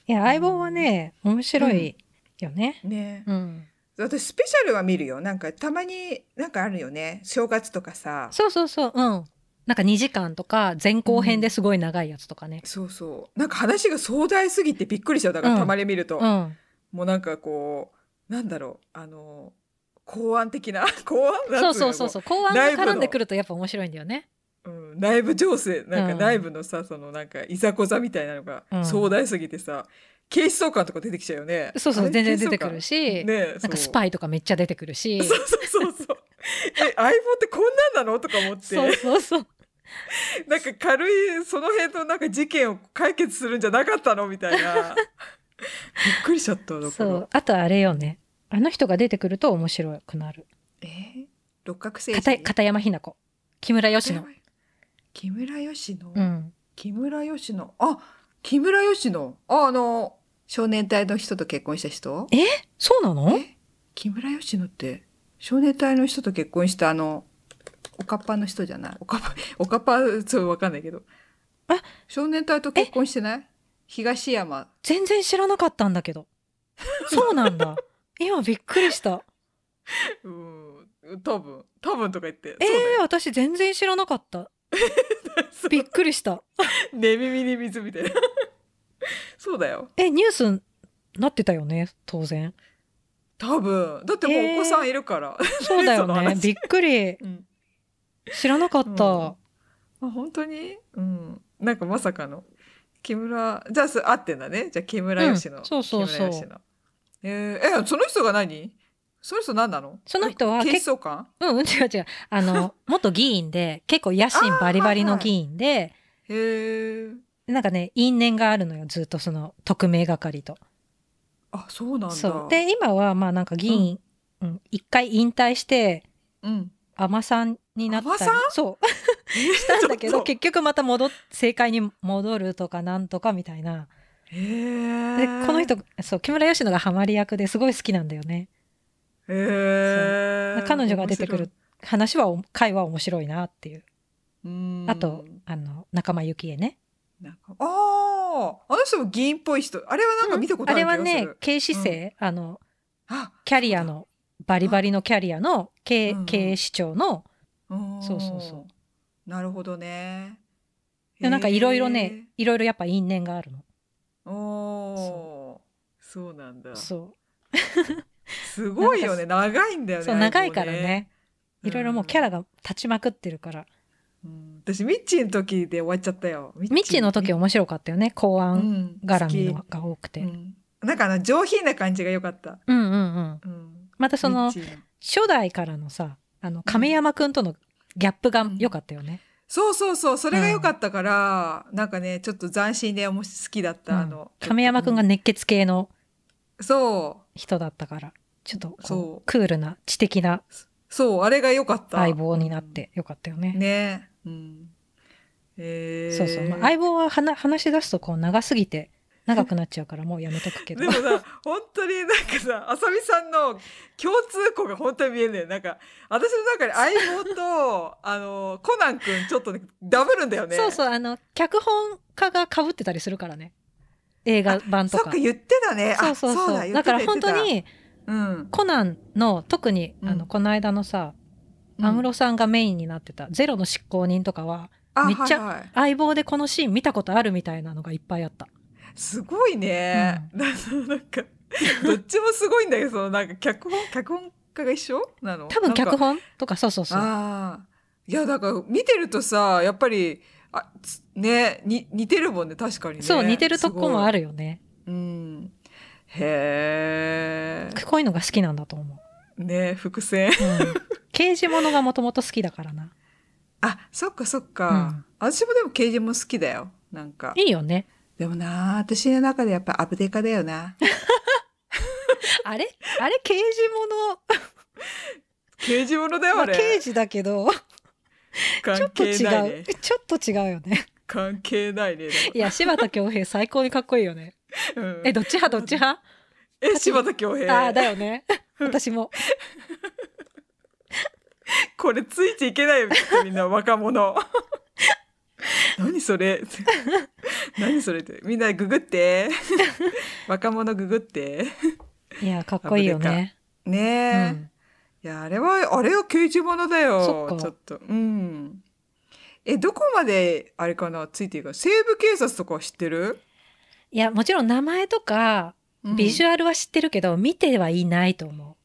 Speaker 2: いや相棒はね面白いよね。
Speaker 1: ね
Speaker 2: うん。
Speaker 1: 私スペシャルは見るよなんかたまになんかあるよね正月とかさ
Speaker 2: そうそうそううん。なんか2時間とか前後編ですごい長いやつとかね。
Speaker 1: そうそうなんか話が壮大すぎてびっくりしちゃうだから
Speaker 2: うん
Speaker 1: たまに見ると、
Speaker 2: うん。
Speaker 1: もうなんかこうなんだろうあの公安的な 公安な
Speaker 2: そ
Speaker 1: ん
Speaker 2: う
Speaker 1: つの
Speaker 2: そうそうそう公安が絡んでくるとやっぱ面白いんだよね。
Speaker 1: うん、内部情勢なんか
Speaker 2: うん
Speaker 1: 内部のさ、そのなんかいざこざみたいなのが
Speaker 2: うん
Speaker 1: 壮大すぎてさ、警視総監とか出てきちゃうよね
Speaker 2: そうそ
Speaker 1: あ
Speaker 2: う
Speaker 1: れ
Speaker 2: 全然
Speaker 1: 警視総
Speaker 2: 出て
Speaker 1: 監
Speaker 2: くる
Speaker 1: ね
Speaker 2: し、
Speaker 1: え
Speaker 2: なんかス
Speaker 1: イ
Speaker 2: パイとかめっちゃ出てくるし。
Speaker 1: そう そうそうそうえ相棒ってこんなんなのとか思って
Speaker 2: そうそうそう。
Speaker 1: なんか軽いその辺のなんか事件を解決するんじゃなかったのみたい なびっくりしちゃっただか
Speaker 2: そ
Speaker 1: ら
Speaker 2: う。あとあれよね。あの人が出てくると面白くなる。
Speaker 1: えー六角星
Speaker 2: 片片山ひな子。木村佳乃。
Speaker 1: 木村佳乃、
Speaker 2: うん。
Speaker 1: 木村佳乃あ木村佳乃ああの少年隊の人と結婚した人
Speaker 2: そうなの
Speaker 1: え木村佳乃って少年隊の人と結婚したあのおかっぱの人じゃないおかっぱ おかっぱちょっとわかんないけど
Speaker 2: あ
Speaker 1: 少年隊と結婚してない東山
Speaker 2: 全然知らなかったんだけ ど。そうなんだ。今びっくりした。
Speaker 1: うん多分多分とか言って
Speaker 2: え
Speaker 1: そうだ
Speaker 2: ー、
Speaker 1: よ
Speaker 2: 私全然知らなか った。びっくりした。
Speaker 1: 寝耳に水みたいな そうだよ
Speaker 2: え、ニュースになってたよね、当然。
Speaker 1: 多分だってもうお子さんいるから、
Speaker 2: そ うだよ
Speaker 1: その
Speaker 2: ね。
Speaker 1: 話
Speaker 2: びっくり。
Speaker 1: うん
Speaker 2: 知らなかった。
Speaker 1: うんあ本当にうんなんかまさかの木村じゃあす合ってんだねじゃあ木村佳乃、
Speaker 2: うんそうそうそう
Speaker 1: 木村佳乃えーえその人が何その人何なの
Speaker 2: その人は
Speaker 1: 警視総監
Speaker 2: うん、うん、違う違う。あの、元議員で、結構野心バリバリの議員で、
Speaker 1: へえ
Speaker 2: なんかね、因縁があるのよ、ずっとその、特命係と。
Speaker 1: あそうなんだ
Speaker 2: そう。で、今は、まあなんか議員、うん、一、回引退して、
Speaker 1: うん
Speaker 2: 海女さんになったり
Speaker 1: 海女さん
Speaker 2: そう し
Speaker 1: した
Speaker 2: んだけど結局また戻っ政界に戻るとかなんとかみたいな
Speaker 1: へえ
Speaker 2: でこの人そう木村佳乃がハマり役ですごい好きなんだよね
Speaker 1: へえ
Speaker 2: 彼女が出てくる話はお会話面白いなっていう
Speaker 1: 面白い
Speaker 2: あと
Speaker 1: うん
Speaker 2: あの仲間由紀恵ね
Speaker 1: なんかあああの人も議員っぽい人あれはなんか見たこと
Speaker 2: あ
Speaker 1: ある
Speaker 2: れ
Speaker 1: 気が
Speaker 2: は
Speaker 1: する、
Speaker 2: ね警視正、あの
Speaker 1: あ
Speaker 2: キャリアのバリバリのキャリアの経,、
Speaker 1: うんうん
Speaker 2: 営市長の
Speaker 1: そ。
Speaker 2: そうそうそう
Speaker 1: なるほどね。
Speaker 2: でなんかいろいろねいろいろやっぱ因縁があるの
Speaker 1: へー。おーそうなんだ。
Speaker 2: そ
Speaker 1: すごいよね。長いんだよ
Speaker 2: う
Speaker 1: ね。
Speaker 2: そう
Speaker 1: あれも
Speaker 2: 長いからね。いろいろもうキャラ
Speaker 1: が。
Speaker 2: が立ちまくってるから
Speaker 1: うん私ミッチーの時で終わっちゃったよ。ミ
Speaker 2: ミッチーの時面白かったよね公安
Speaker 1: ん
Speaker 2: 絡みのが多くて、
Speaker 1: 好きうんなんかあの上品な感じが良かった。
Speaker 2: うん、うんうん
Speaker 1: うん。
Speaker 2: またその
Speaker 1: ミッチー
Speaker 2: 初代からのさあの亀山くんとのギャップが良かったよね、
Speaker 1: そうそうそう、それが良かったから、なんかね、ちょっと斬新でも好きだった、
Speaker 2: うん
Speaker 1: あの。
Speaker 2: 亀山くんが
Speaker 1: う。
Speaker 2: 熱血系の
Speaker 1: そう、
Speaker 2: 人だったからちょっとこ
Speaker 1: そう
Speaker 2: クールな知的な
Speaker 1: そう、あれが良かった。
Speaker 2: 相棒になって良かったよね、
Speaker 1: ねうん。えー、
Speaker 2: そうそう、まあ、相棒ははな話し出すとこう長すぎて長くなっちゃうからもうやめとくけど
Speaker 1: でもさ本当になんか さあさみさんの共通項が本当に見えんだよなんか私の中で相棒 とあのコナン君ちょっとねダブるんだよね
Speaker 2: そうそうあの脚本家が被ってたりするからね映画版と
Speaker 1: そっ
Speaker 2: か
Speaker 1: か言ってたね
Speaker 2: そうそうそう
Speaker 1: あだ言
Speaker 2: だ
Speaker 1: ってた
Speaker 2: から本当
Speaker 1: 言って
Speaker 2: に
Speaker 1: たうん
Speaker 2: コナンの特に、
Speaker 1: うん
Speaker 2: あのこの間のさ
Speaker 1: うん
Speaker 2: 安室さんがメインになってた「ゼロの執行人」とかは
Speaker 1: あ
Speaker 2: めっちゃ
Speaker 1: はいはい
Speaker 2: 相棒でこのシーン見たことあるみたいなのがいっぱいあった
Speaker 1: すごいね、なんかどっちもすごいんだけどそのなんか脚本脚本家が一緒なの
Speaker 2: 多
Speaker 1: な
Speaker 2: 分
Speaker 1: んか
Speaker 2: 脚本とかそうそうそう
Speaker 1: ああ。いや、だから見てるとさ、やっぱり、あつね、に似てるもんね、確かにね。
Speaker 2: そう似てるとこもあ
Speaker 1: る。
Speaker 2: るよね
Speaker 1: うん。へえ。
Speaker 2: こういうのが好きなんだと思
Speaker 1: ね、伏線。
Speaker 2: う、 うん、刑事物がもともと好きだからな
Speaker 1: あ、そっかそっか。私もでも刑事も好きだよ。なんか。
Speaker 2: いいよね
Speaker 1: でもな、私の中でやっぱアブデカだよ な。
Speaker 2: あれあれ刑事物、
Speaker 1: 刑事ものだよ、
Speaker 2: ま
Speaker 1: あ
Speaker 2: あ、
Speaker 1: れ。
Speaker 2: 刑事だけどちょ
Speaker 1: 関
Speaker 2: っと
Speaker 1: 係ない
Speaker 2: 違
Speaker 1: ね。
Speaker 2: う、ちょっと違うよね
Speaker 1: 関係ないね。
Speaker 2: いや柴田恭平最高にかっこいいよね
Speaker 1: うん
Speaker 2: えどっち派どっち派
Speaker 1: え、柴田恭平。
Speaker 2: ああーだよね私も
Speaker 1: これついていけないよきっとみんな若者 何それ 何それってみんなググって 若者ググって
Speaker 2: いやかっこいいよね、
Speaker 1: ねえ、
Speaker 2: うん、
Speaker 1: いやあれはあれは刑事物だよ
Speaker 2: そっか
Speaker 1: ちょっとうんえどこまであれかなついていくか西部警察とかは知ってる、
Speaker 2: いやもちろん名前とかビジ
Speaker 1: ュ
Speaker 2: ュアルは知ってるけど、見てはいないと思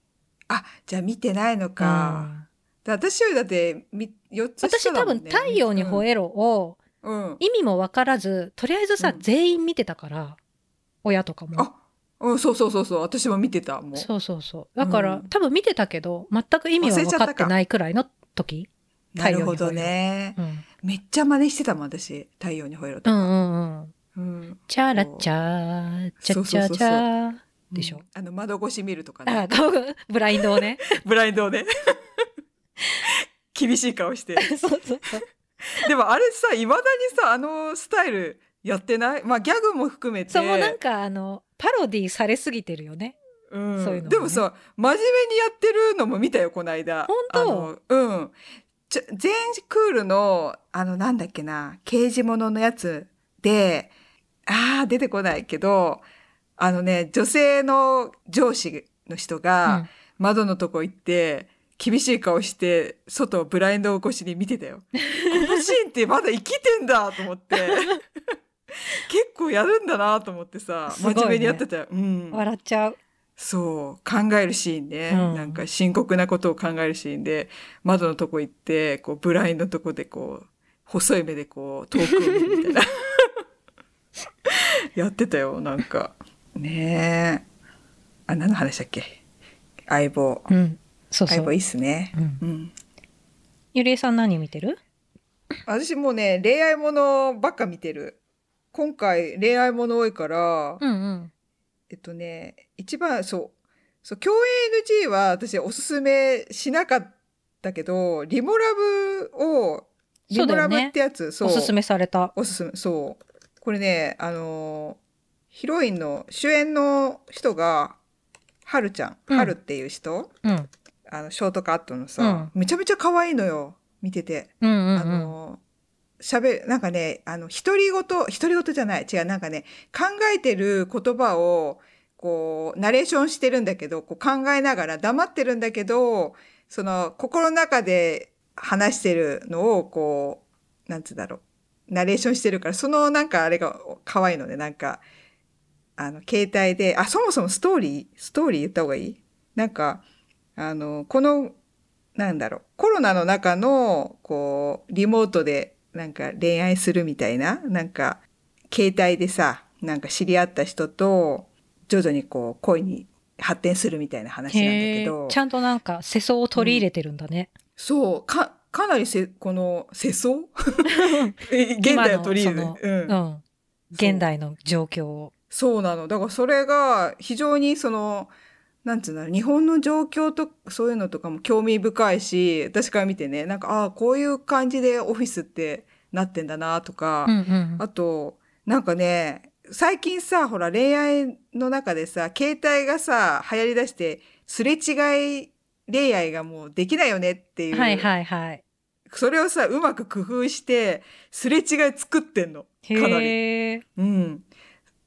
Speaker 1: あじゃあ見てないの
Speaker 2: う、う
Speaker 1: か、
Speaker 2: ん、
Speaker 1: だ私よりだってみ4つ
Speaker 2: 私
Speaker 1: 下
Speaker 2: 多
Speaker 1: だもん
Speaker 2: 分「
Speaker 1: ね
Speaker 2: 太陽に吠えろ」を
Speaker 1: うん、うん
Speaker 2: 意味も分からずとりあえずさ、
Speaker 1: うん
Speaker 2: 全員見てたから親とかも
Speaker 1: あうん、そうそうそうそう私も見てたもう
Speaker 2: そうそうそうだから、
Speaker 1: うん
Speaker 2: 多分見てたけど全く意味は分かってないくらいの時、
Speaker 1: なるほどね
Speaker 2: うん、
Speaker 1: めっちゃ真似してたもん私「太陽にほえろ」
Speaker 2: う
Speaker 1: と
Speaker 2: ん
Speaker 1: か、
Speaker 2: うんうん
Speaker 1: うん
Speaker 2: チャラチャーチャチャチャーでしょ
Speaker 1: あの窓越し見るとか
Speaker 2: あ
Speaker 1: ね
Speaker 2: 顔がブラインドをね
Speaker 1: ブラインドをね厳しい顔して
Speaker 2: そうそうそう
Speaker 1: でもあれさいまだにさあのスタイルやってないまあギャグも含めて
Speaker 2: そうもうなんかあのパロディされすぎてるよね
Speaker 1: うん
Speaker 2: そういうのもね
Speaker 1: でもさ真面目にやってるのも見たよこの間
Speaker 2: 本当
Speaker 1: あのうんちょ全クールのあのなんだっけな刑事もののやつであー出てこないけどあのね女性の上司の人
Speaker 2: う
Speaker 1: が
Speaker 2: ん
Speaker 1: 窓のとこ行って、厳しい顔して外をブラインド越しに見てた よ。このシーンってまだ生きてんだと思って結構やるんだなと思ってさ、
Speaker 2: すごい
Speaker 1: 真
Speaker 2: ね
Speaker 1: 面目にやってたよ。うん、
Speaker 2: 笑っちゃう
Speaker 1: そう考えるシーンね、
Speaker 2: うん
Speaker 1: なんか深刻なことを考えるシーンで窓のとこ行ってこうブラインドのとこでこう細い目でこう遠くを見るみたいな やってたよなんかねえあ何の話だっけ相棒
Speaker 2: うんそうそ
Speaker 1: 相棒
Speaker 2: う、
Speaker 1: いいっすね
Speaker 2: うん、
Speaker 1: うん
Speaker 2: ゆりえさん何見てる
Speaker 1: 私もうね恋愛ものばっか見てる今回恋愛もの多いから、
Speaker 2: うんうん
Speaker 1: えっとね、一番、そう、そう、共演 NG は私おすすめしなかったけど、リモラブを、
Speaker 2: そ
Speaker 1: リ
Speaker 2: う
Speaker 1: モ
Speaker 2: だよ
Speaker 1: ラ
Speaker 2: ね
Speaker 1: ブってやつ、そう,、
Speaker 2: おすすめされた
Speaker 1: おすすめ、そう。これね、あのーヒロインの、主演の人が、はるちゃん、
Speaker 2: うん
Speaker 1: はるっていう人、
Speaker 2: うん
Speaker 1: あの、ショートカットのさ、めちゃめちゃ可愛いのよ、見てて。
Speaker 2: うんうん
Speaker 1: あの、喋る、なんかね、あの、独り言、独り言じゃない、違う、なんかね、考えてる言葉を、こう、ナレーションしてるんだけど、こう考えながら、黙ってるんだけど、その、心の中で話してるのを、こう、なんつうんだろう、ナレーションしてるから、その、なんかあれが可愛いので、なんか、あの、携帯で、あ、そもそもストーリー、ストーリー言った方がいいなんか、あの、この、なんだろう、コロナの中の、こう、リモートで、なんか恋愛するみたいな、なんか、携帯でさ、なんか知り合った人と、徐々にこう、恋に発展するみたいな話なんだ
Speaker 2: へ
Speaker 1: け
Speaker 2: え
Speaker 1: ど、
Speaker 2: ちゃんとなんか世相を取り入れてるんだね、
Speaker 1: そう、か、かなりせ、この、世相 え現代を取り入れ
Speaker 2: 今の
Speaker 1: る。うん
Speaker 2: うん、現代の状況を
Speaker 1: そうなの。だからそれが非常にその、なんつうんだろう、日本の状況とそういうのとかも興味深いし、私から見てね、なんか、ああ、こういう感じでオフィスってなってんだなとか、
Speaker 2: うんうん
Speaker 1: あと、なんかね、最近さ、ほら恋愛の中でさ、携帯がさ、流行り出して、すれ違い恋愛がもうできないよねっていう、
Speaker 2: はいはいはい
Speaker 1: それをさ、うまく工夫して、すれ違い作ってんの。かなり
Speaker 2: へえ
Speaker 1: うん。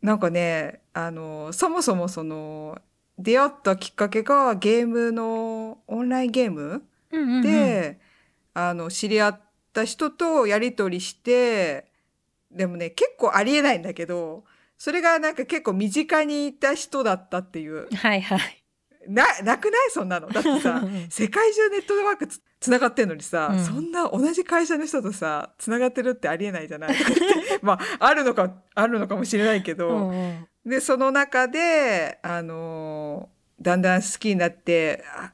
Speaker 1: なんかね、あの、そもそもその、出会ったきっかけがゲームの、オンラインゲーム
Speaker 2: うんうんうん
Speaker 1: で、あの、知り合った人とやりとりして、でもね、結構ありえないんだけど、それがなんか結構身近にいた人だったっていう。
Speaker 2: はいはい、
Speaker 1: な、なくないそんなの。だってさ
Speaker 2: うん
Speaker 1: 世界中ネットワークつ、つながってんのにさ、
Speaker 2: うん
Speaker 1: そんな同じ会社の人とさ、つながってるってありえないじゃ ないまあ、あるのか、あるのかもしれないけど、
Speaker 2: うん
Speaker 1: で、その中で、あのーだんだん好きになってあ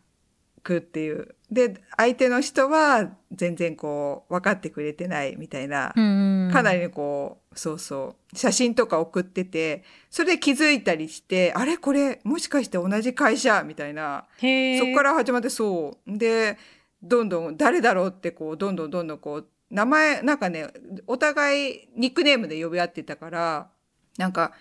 Speaker 1: くっていう。で、相手の人は全然こう、分かってくれてないみたいな、
Speaker 2: うん
Speaker 1: かなりこう、そうそう、写真とか送ってて、それで気づいたりして、あれこれ、もしかして同じ会社みたいな。
Speaker 2: へえ
Speaker 1: そこから始まってそう。で、どんどん誰だろうってこう、どんどんどんどんこう、名前、なんかね、お互いニックネームで呼び合ってたから、なんか、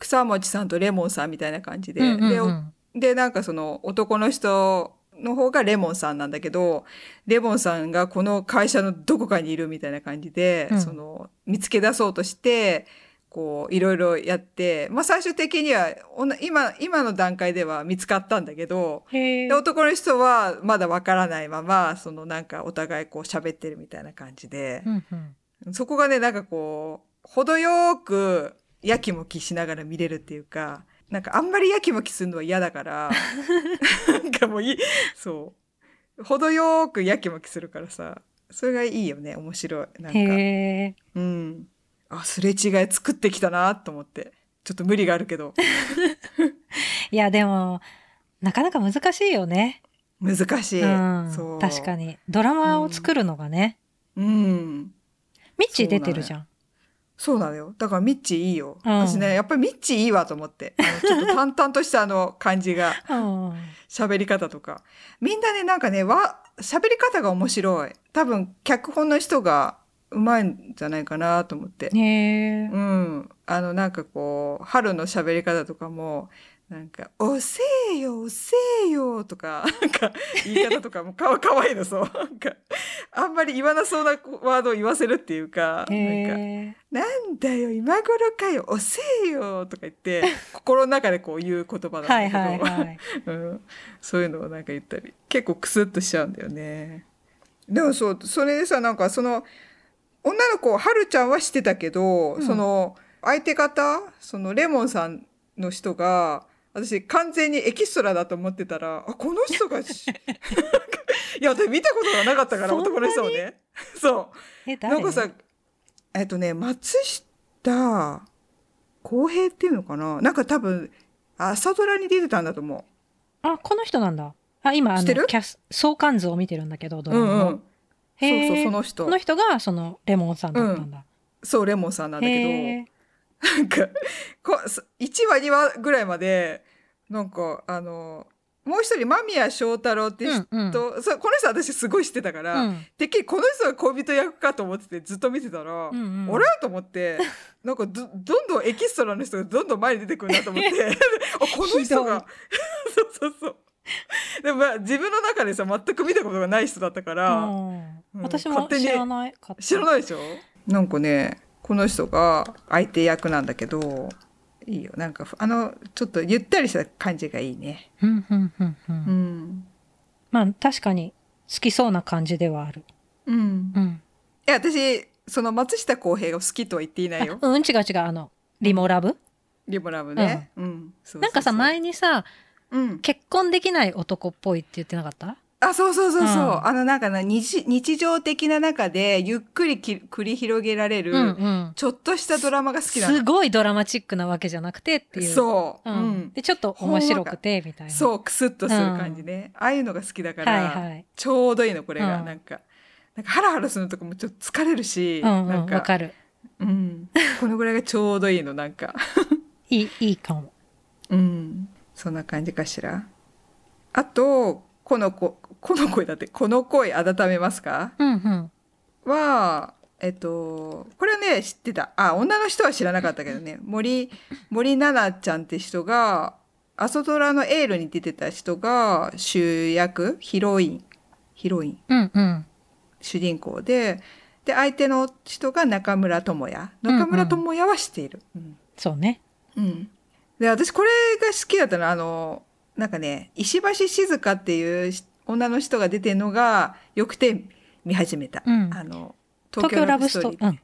Speaker 1: 草餅さんとレモンさんみたいな感じで、
Speaker 2: うんうんう
Speaker 1: でお
Speaker 2: ん
Speaker 1: で、なんかその男の人の方がレモンさんなんだけど、レモンさんがこの会社のどこかにいるみたいな感じで、
Speaker 2: うん
Speaker 1: その見つけ出そうとして、こういろいろやって、まあ最終的にはおな今、今の段階では見つかったんだけど、
Speaker 2: へ
Speaker 1: で
Speaker 2: ー
Speaker 1: 男の人はまだわからないまま、そのなんかお互いこう喋ってるみたいな感じで
Speaker 2: う、んうん
Speaker 1: そこがね、なんかこう、程よくやきもきしながら見れるっていうか、なんかあんまりやきもきするのは嫌だから、 なんかもういい、そう。程よくやきもきするからさ、それがいいよね、面白い。なんか、
Speaker 2: へ
Speaker 1: う
Speaker 2: ー
Speaker 1: ん。あ、すれ違い作ってきたなと思って。ちょっと無理があるけど、
Speaker 2: いやでもなかなか難しいよね、
Speaker 1: 難しい。
Speaker 2: うん
Speaker 1: そう。
Speaker 2: 確かにドラマを作るのがね、
Speaker 1: うん。
Speaker 2: ミッチー出てるじゃん、
Speaker 1: そうなのよ。だからミッチーいいよ。
Speaker 2: うん
Speaker 1: 私ね、やっぱりミッチーいいわと思って。あのちょっと淡々としたあの感じが。
Speaker 2: うん、
Speaker 1: 喋り方とか。みんなね、なんかね、わ、喋り方が面白い。多分、脚本の人がうまいんじゃないかなと思って。
Speaker 2: へー
Speaker 1: うん。あの、なんかこう、春の喋り方とかも、なんか、おせえよ、おせえよ、とか、 なんか、言い方と かもかわ、かわいいの、そう。なんか、あんまり言わなそうなワードを言わせるっていうか、なんか、
Speaker 2: へ
Speaker 1: なんだよ、今頃かよ、おせえよ、とか言っ て、心の中でこう言う言葉なんだけ
Speaker 2: ー
Speaker 1: ど。
Speaker 2: はいはいはい
Speaker 1: うん、そういうのをなんか言ったり結構クスッとしちゃうんだよねでもそうそれでさなんかその女の子はるちゃんはしてたけど、
Speaker 2: うん
Speaker 1: その相手方そのレモンさんの人が私完全にエキストラだと思ってたらあこの人が しいや私見たことがなかったから
Speaker 2: そんなに
Speaker 1: 男の人をねそう
Speaker 2: え誰
Speaker 1: なんかさ、えっとね、松下洸平っていうのかななんか多分、朝ドラに出てたんだと思
Speaker 2: あこの人なんだあ今あ
Speaker 1: 知って
Speaker 2: の
Speaker 1: る
Speaker 2: キャス相関図を見てるんだけど
Speaker 1: う。
Speaker 2: ド
Speaker 1: う
Speaker 2: ラマの、
Speaker 1: んうん。そうそう、
Speaker 2: へー
Speaker 1: その
Speaker 2: こ
Speaker 1: 人
Speaker 2: の。人がそのレモンさんだったんだ、
Speaker 1: そう、レモンさんなんだ
Speaker 2: へ
Speaker 1: け
Speaker 2: ー
Speaker 1: ど、なんか、こ1話、2話ぐらいまで、なんか、あの、もう一人、間宮祥太郎って人、
Speaker 2: うんうん
Speaker 1: そうこの人私すごい知ってたから、
Speaker 2: うん
Speaker 1: てっきりこの人が恋人役かと思っててずっと見てたら、
Speaker 2: うんうん
Speaker 1: あれと思 って、なんかど、どんどんエキストラの人がどんどん前に出てくるなと思って、 あ、この人が、そう そうそう。でもまあ自分の中でさ、全く見たことがない人だったから、う
Speaker 2: う、
Speaker 1: んん
Speaker 2: 私も
Speaker 1: 勝手に
Speaker 2: 知らないかった
Speaker 1: 知らないでしょなんかね、この人が相手役なんだけど、いいよ。なんか、あの、ちょっとゆったりした感じがいいね。
Speaker 2: うんうんうんうん
Speaker 1: うん。
Speaker 2: まあ確かに好きそうな感じではある
Speaker 1: うん。
Speaker 2: うん
Speaker 1: いや、私、その松下洸平が好きとは言っていないよ。
Speaker 2: あうん違う違うあのリモラブ
Speaker 1: リボラムね。うん。そうそうそう
Speaker 2: なんかさ、前にさ
Speaker 1: うん。
Speaker 2: 結婚できない男っぽいって言ってなかった
Speaker 1: あ、そうそうそうそう。
Speaker 2: うん
Speaker 1: あの、なんかな、日、日常的な中で、ゆっくりき繰り広げられる、
Speaker 2: うんうん
Speaker 1: ちょっとしたドラマが好きなの。
Speaker 2: すごいドラマチックなわけじゃなくてっていう
Speaker 1: そう。
Speaker 2: う
Speaker 1: うんん。
Speaker 2: でちょっと面白くてみたいな
Speaker 1: そう、クスッとする感じね。ああいうのが好きだから、
Speaker 2: はいはい
Speaker 1: ちょうどいいの、これが。
Speaker 2: うん
Speaker 1: なんか、なんかハラハラするのとかもちょっと疲れるし、
Speaker 2: うんう
Speaker 1: なんん
Speaker 2: わ
Speaker 1: か、
Speaker 2: かる
Speaker 1: うん。このぐらいがちょうどいいの、なんか。
Speaker 2: いいいいかも
Speaker 1: うん。そんな感じかしら。あと、この子、この声だって、この声温めますか
Speaker 2: うんうん
Speaker 1: は、えっと、これはね、知ってた。あ、女の人は知らなかったけど ね。森、森奈々ちゃんって人が、朝ドラのエールに出てた人が主役、ヒロイン、ヒロイン、
Speaker 2: うんうん
Speaker 1: 主人公で、で、相手の人が中村智也。
Speaker 2: んうん
Speaker 1: 中村智也は知っている。うん
Speaker 2: そうね
Speaker 1: うん。で、私これが好きだったのは、あの、なんかね、石橋静香っていうし女の人が出てるのが、よくて見始めた。
Speaker 2: うん
Speaker 1: あの、
Speaker 2: 東京ラブストーリー、うん、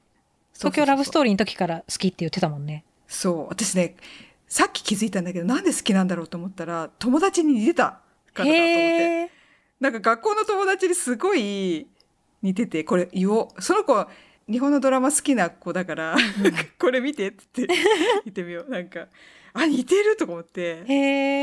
Speaker 2: 東京ラブス
Speaker 1: ーリー
Speaker 2: トーリーの時から好きって言ってたもんね
Speaker 1: そうそうそう。そう、私ね、さっき気づいたんだけど、なんで好きなんだろうと思ったら、友達に似てたからだと思って。
Speaker 2: へえ
Speaker 1: なんか学校の友達にすごい似てて、これ言おう。その子、日本のドラマ好きな子だから、 これ見てって言って、言ってみよう。なんか、あ、似てるとか思って。
Speaker 2: へ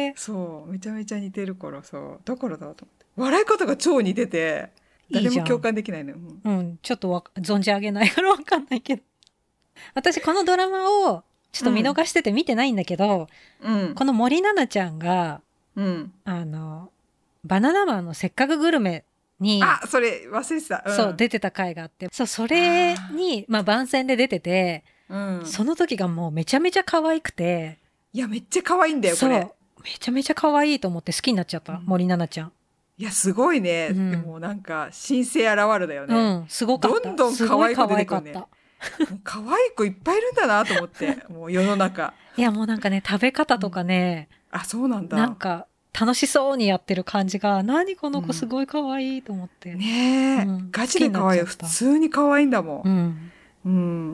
Speaker 2: え
Speaker 1: そうめちゃめちゃ似てるからさだからだと思って笑い方が超似てて
Speaker 2: いいじ
Speaker 1: 誰
Speaker 2: ゃん
Speaker 1: も共感できないのようん
Speaker 2: うん、ちょっとわか存じ上げないからわかんないけど。 私、このドラマをちょっと見逃してて見てないんだけど、
Speaker 1: うん
Speaker 2: この森七菜ちゃんが、
Speaker 1: うん
Speaker 2: あの、バナナマンのせっかくグルメに、
Speaker 1: あ、それ忘れてた。ん
Speaker 2: そう、出てた回があって、そう、それに、まあ番宣で出てて、
Speaker 1: うん。
Speaker 2: その時がもうめちゃめちゃ可愛くて、
Speaker 1: いや、めっちゃ可愛いんだよ、
Speaker 2: そ
Speaker 1: こ
Speaker 2: う、
Speaker 1: れ
Speaker 2: め。ちゃめちゃ可愛いと思って好きになっちゃった、
Speaker 1: うん
Speaker 2: 森七菜ちゃん。
Speaker 1: いや、すごいね。
Speaker 2: うん
Speaker 1: でもなんか、神聖現るだよ
Speaker 2: う
Speaker 1: ね。
Speaker 2: ん、すごかった。
Speaker 1: どんどん可愛く出てくるね
Speaker 2: すごい可愛かっ
Speaker 1: もう可愛い子いっぱいいるんだなと思って、もう世の中。
Speaker 2: た。いや、もうなんかね、食べ方とかね、
Speaker 1: あ、そうなんだ。
Speaker 2: なんか楽しそうにやってる感じが、何この子すごい可愛いと思って。
Speaker 1: ねえ、
Speaker 2: うん
Speaker 1: ガチで可愛いよ。
Speaker 2: 好き
Speaker 1: 普
Speaker 2: になっちゃった
Speaker 1: 通に可愛いんだも。
Speaker 2: うんん。
Speaker 1: うん。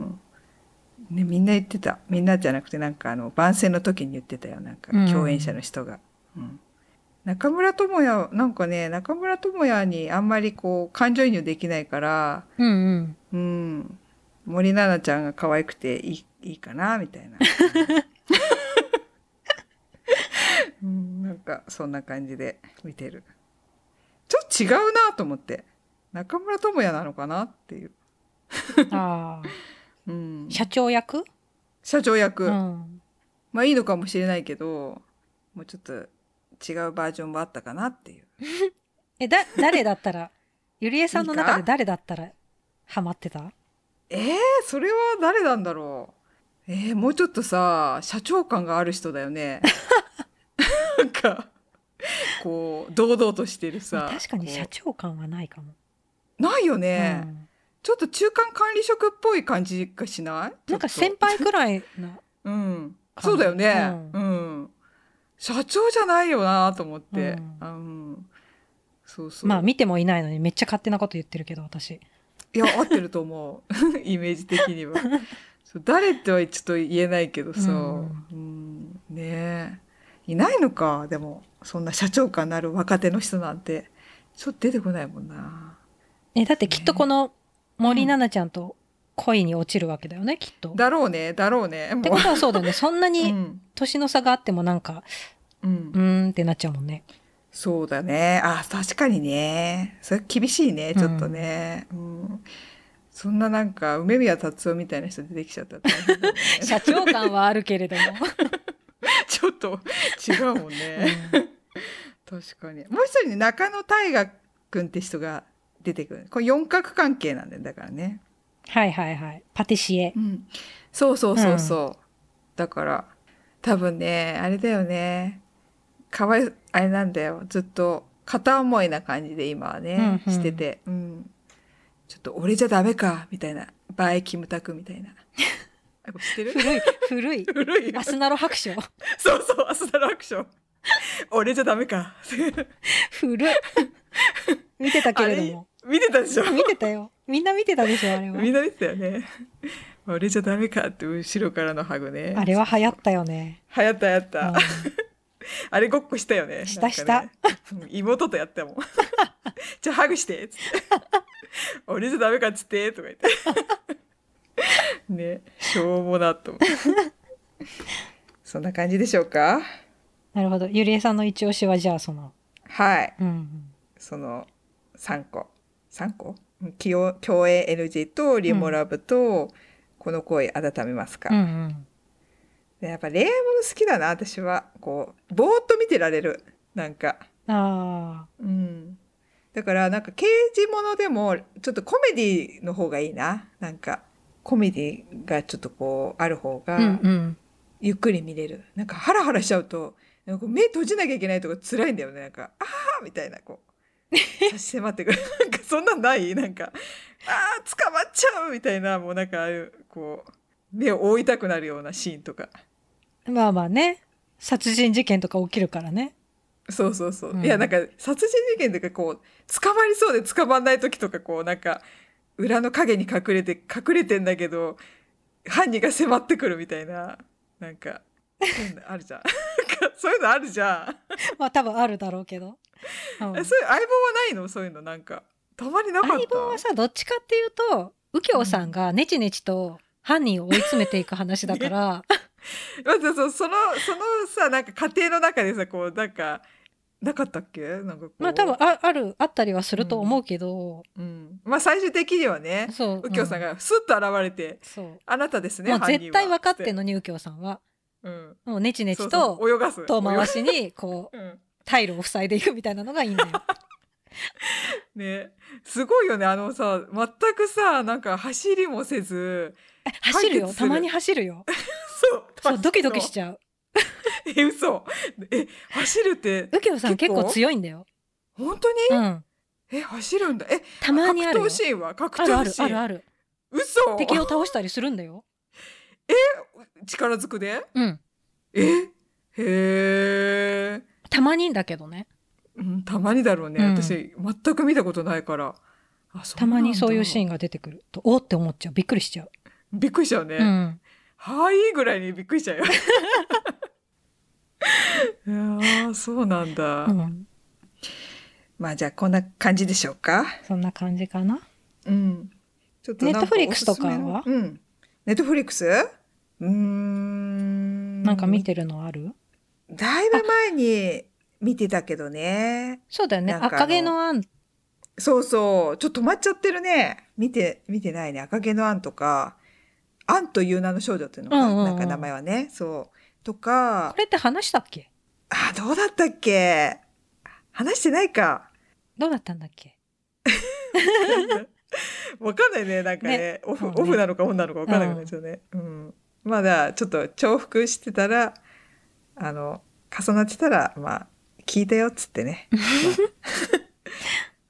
Speaker 1: ね、みんな言ってた。みんなじゃなくて、なんかあの、番宣の時に言ってたよ。なんか
Speaker 2: うん、
Speaker 1: 共演者の人が。うん。中村智也、なんかね、中村智也にあんまりこう、感情移入できないから、
Speaker 2: うんうん。
Speaker 1: うん。森七菜ちゃんが可愛くていいいいかな、みたいな。うん、なんか、そんな感じで見てる。ちょっと違うなと思って。中村智也なのかなっていう。
Speaker 2: ああ。
Speaker 1: うん、
Speaker 2: 社長役
Speaker 1: 社長役、
Speaker 2: うん。
Speaker 1: まあいいのかもしれないけど、もうちょっと違うバージョンもあったかなっていう。
Speaker 2: え、だ、誰だったら、ゆりえさんの中で誰だったらハマってた
Speaker 1: えー、それは誰なんだろう。えー、もうちょっとさ、社長感がある人だよ ね。なんか、こう、堂々としてるさ。
Speaker 2: 確かに社
Speaker 1: こ
Speaker 2: 長感はないかも。
Speaker 1: うないよ
Speaker 2: う
Speaker 1: ね、
Speaker 2: ん
Speaker 1: ちょっと中間管理職っぽい感じがしない
Speaker 2: なんか
Speaker 1: ちょっ
Speaker 2: 先輩くらいな。
Speaker 1: とうん。そうだよね。
Speaker 2: う
Speaker 1: うん。社長じゃないよなと思って。
Speaker 2: うん
Speaker 1: あうん、そうそう。
Speaker 2: まあ見てもいないのにめっちゃ勝手なこと言ってるけど、私。
Speaker 1: いや、合ってると思う。 イメージ的には。そう誰ってはちょっと言えないけどさ。
Speaker 2: う
Speaker 1: うんん、ねえ。いないのか。でも、そんな社長官なる若手の人なんて、ちょっと出てこないもんな。
Speaker 2: え、だってきっとこの森七菜ちゃんと恋に落ちるわけだよね、きっと。っ
Speaker 1: だろうね、だろうね。
Speaker 2: て
Speaker 1: も
Speaker 2: ことはそうだ よね。そんな
Speaker 1: う。う
Speaker 2: に
Speaker 1: ん。
Speaker 2: 年の差があってもなんか、
Speaker 1: うん
Speaker 2: う。ーんってなっちゃうもんね。
Speaker 1: そうだね。あ、確かにね。それ厳しいね、ちょっとね。うん。そんななんか、梅宮達夫みたいな人出てきちゃったら大変だ もんね
Speaker 2: 社長感はあるけれ ども。
Speaker 1: ちょっと違うもんね。確かにもう一人ね中野大河君って人が出てくるこれ四角関係なんだよだからね、
Speaker 2: はいはいはい。パティシエ。
Speaker 1: うん、そうそうそうそう、だから多分ねあれだよねかわいあれなんだよずっと片思いな感じで今はね、
Speaker 2: うんうん
Speaker 1: してて、うん、ちょっと俺じゃダメかみたいなバイキムタクみたい なあこれ知ってる
Speaker 2: 古い、古い。
Speaker 1: 古い
Speaker 2: アスナロ白書。
Speaker 1: そうそうアスナルアクション俺じゃダメか
Speaker 2: 古い。見てたけれども。
Speaker 1: 見てたでしょ
Speaker 2: 見てたよ。みんな見てたでしょ、あれは。
Speaker 1: みんな見てたよね。俺じゃダメかって後ろからのハグね。
Speaker 2: あれは流行ったよね。
Speaker 1: 流行った流行った。
Speaker 2: うん
Speaker 1: あれごっこしたよね。
Speaker 2: した
Speaker 1: なんかねうん妹とやった もん。じゃあハグしてっつって。俺じゃダメかっつってとか言って。ね、しょうもなと思って。そんな感じでしょうか
Speaker 2: なるほど。ゆりえさんの一押しは、じゃあその、
Speaker 1: はい。
Speaker 2: うん。
Speaker 1: その3個。3個うん起用共栄 NG とリモラブと、この恋温めますか、
Speaker 2: うんうん。
Speaker 1: でやっぱ恋愛もの好きだな私はこうぼーっと見てられるなんか
Speaker 2: あ
Speaker 1: うんだからなんか刑事ものでもちょっとコメディの方がいいななんかコメディがちょっとこうある方が
Speaker 2: あ。うんうん。
Speaker 1: ゆっくり見れる、なんかハラハラしちゃうとなんか目閉じなきゃいけないとか辛いんだよねなんか「ああ」みたいなこ う差し迫ってくるなんかそんなんないなんか「ああ捕まっちゃう」みたいなもうなんかああいうこう目を覆いたくなるようなシーンとか。
Speaker 2: まあまあね。殺人事件とか起きるからね。
Speaker 1: そうそうそう。
Speaker 2: うん
Speaker 1: いや、なんか、殺人事件とか、こう、捕まりそうで捕まんない時とか、こう、なんか、裏の影に隠れて、隠れてんだけど、犯人が迫ってくるみたいな、なんか、そういうのあるじゃん。なんかそういうのあるじゃん。
Speaker 2: まあ多分あるだろうけど。うん
Speaker 1: えそういう相棒はないのそういうの、なんか。たまになかった。
Speaker 2: 相棒はさどっちかっていうと右京さんがネチネチと犯人を追い詰めていく話 だから、
Speaker 1: まずそうその、そのさ、なんか家庭の中でさ、こう、なんか、なかったっけなんかこう。
Speaker 2: まあ多分ああるあったりはすると思うけど、
Speaker 1: うん。まあ、最終的にはね、
Speaker 2: そう
Speaker 1: 右京さん
Speaker 2: う
Speaker 1: がスッと現れて、
Speaker 2: そう、
Speaker 1: あなたですね、
Speaker 2: もう
Speaker 1: 犯人
Speaker 2: 絶
Speaker 1: は
Speaker 2: 対分かってんのに右京さんは
Speaker 1: うん。
Speaker 2: もうネチネチ
Speaker 1: そう
Speaker 2: と
Speaker 1: そう泳がす
Speaker 2: 遠
Speaker 1: 泳が
Speaker 2: 回
Speaker 1: す
Speaker 2: しにこう
Speaker 1: うん
Speaker 2: 退路を塞いでいくみたいなのがいいんだよ。
Speaker 1: ね。すごいよね。あのさ、全くさ、なんか走りもせず、
Speaker 2: 走る
Speaker 1: 解
Speaker 2: よ。
Speaker 1: 決す
Speaker 2: た
Speaker 1: る
Speaker 2: まに走 るよ。
Speaker 1: そう、
Speaker 2: そう、ドキドキしちゃう。
Speaker 1: ゃう。え、嘘。え、走るって、
Speaker 2: 右京さ
Speaker 1: 結
Speaker 2: ん結
Speaker 1: 構
Speaker 2: 構強いんだよ。
Speaker 1: 本当に
Speaker 2: うん。
Speaker 1: え、走るんだ。え、
Speaker 2: たまにあるよ
Speaker 1: 格闘。シーンは格
Speaker 2: あるあ
Speaker 1: 闘
Speaker 2: る
Speaker 1: シーン。
Speaker 2: あるある。
Speaker 1: 嘘
Speaker 2: 敵を倒したりするんだよ。
Speaker 1: 力ずくで
Speaker 2: うん。
Speaker 1: えへえ。
Speaker 2: たまにだけどね。
Speaker 1: うん、たまにだろうね。
Speaker 2: うん
Speaker 1: 私、全く見たことないから。あ
Speaker 2: たまにそういうシー
Speaker 1: ン。
Speaker 2: ンが出てくると、おーって思っちゃう。びっくりしちゃう。
Speaker 1: びっくりしちゃうね。
Speaker 2: うん。
Speaker 1: はいぐらいにびっくりしちゃうよ。いやーそうなんだ。
Speaker 2: うん。
Speaker 1: まあじゃあこんな感じでしょうか。
Speaker 2: そんな感じかな。
Speaker 1: うん。ちょっなん
Speaker 2: Netflix とか
Speaker 1: おす
Speaker 2: は
Speaker 1: すめのうん。ネットフリックスうーん。
Speaker 2: なんか見てるのある
Speaker 1: だいぶ前に見てたけどね。
Speaker 2: そうだよね。
Speaker 1: なんかあの
Speaker 2: 赤毛のアン。
Speaker 1: そうそう。ちょっと止まっちゃってるね。見て、見てないね。赤毛のアンとか、アンという名の少女っていうのかな、
Speaker 2: うんうんうん
Speaker 1: なんか名前はね。そう。とか
Speaker 2: こ、れって話したっけ
Speaker 1: あ、どうだったっけ話してないか。
Speaker 2: どうだったんだっけ
Speaker 1: わかんないね、なんかね。
Speaker 2: ね
Speaker 1: オフ、
Speaker 2: そうね
Speaker 1: オフなのかオンなのかわかんなくなっちゃうね。うん。まだ、ちょっと重複してたら、あの、重なってたら、まあ、聞いたよっつって ね。まあ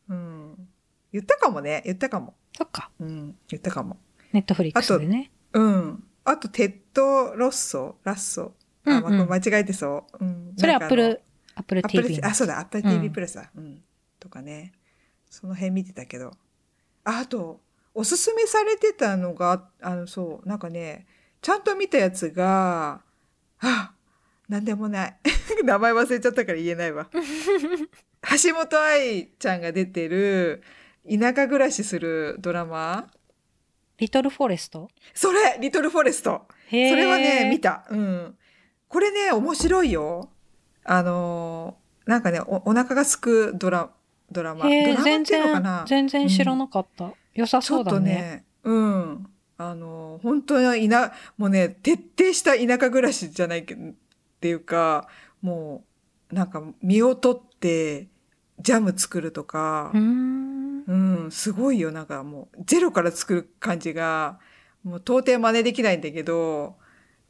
Speaker 1: うん。言ったかもね、言ったかも。
Speaker 2: そっか。
Speaker 1: うん、言ったかも。
Speaker 2: ネットフリックスでね。
Speaker 1: うん。あと、テッド・ロッソ、ラッソ。あ、
Speaker 2: うんうん
Speaker 1: ま間違えてそう。うん。
Speaker 2: それ
Speaker 1: な
Speaker 2: ア
Speaker 1: んか
Speaker 2: ッ
Speaker 1: あの
Speaker 2: プル、アップル
Speaker 1: アップル
Speaker 2: TV の。
Speaker 1: あ、そうだ、アップル
Speaker 2: うん
Speaker 1: TV プラスだ。うん。とかね。その辺見てたけど。あ、あと、おすすめされてたのが、あの、そう、なんかね、ちゃんと見たやつが、あ、なんでもない。 名前忘れちゃったから言えないわ。橋本愛ちゃんが出てる、田舎暮らしするドラマ
Speaker 2: リトルフォレスト
Speaker 1: それリトルフォレスト
Speaker 2: そ
Speaker 1: それはね、見た。うん。これね、面白いよ。あのーなんかね、おお腹がすくドラ、ドラマ。ドラ
Speaker 2: へー
Speaker 1: マってい
Speaker 2: 全
Speaker 1: うのか
Speaker 2: 然
Speaker 1: な、
Speaker 2: 全然知らなかった。良さ
Speaker 1: ち
Speaker 2: そ
Speaker 1: ょ
Speaker 2: う
Speaker 1: っと
Speaker 2: だね。
Speaker 1: ね、うん。あのー本当に田、もうね、徹底した田舎暮らしじゃないけど、っていうか、もう、なんか、身を取って、ジャム作るとか、
Speaker 2: うーん。
Speaker 1: うん、すごいよ。なんかもう、ゼロから作る感じが、もう到底真似できないんだけど、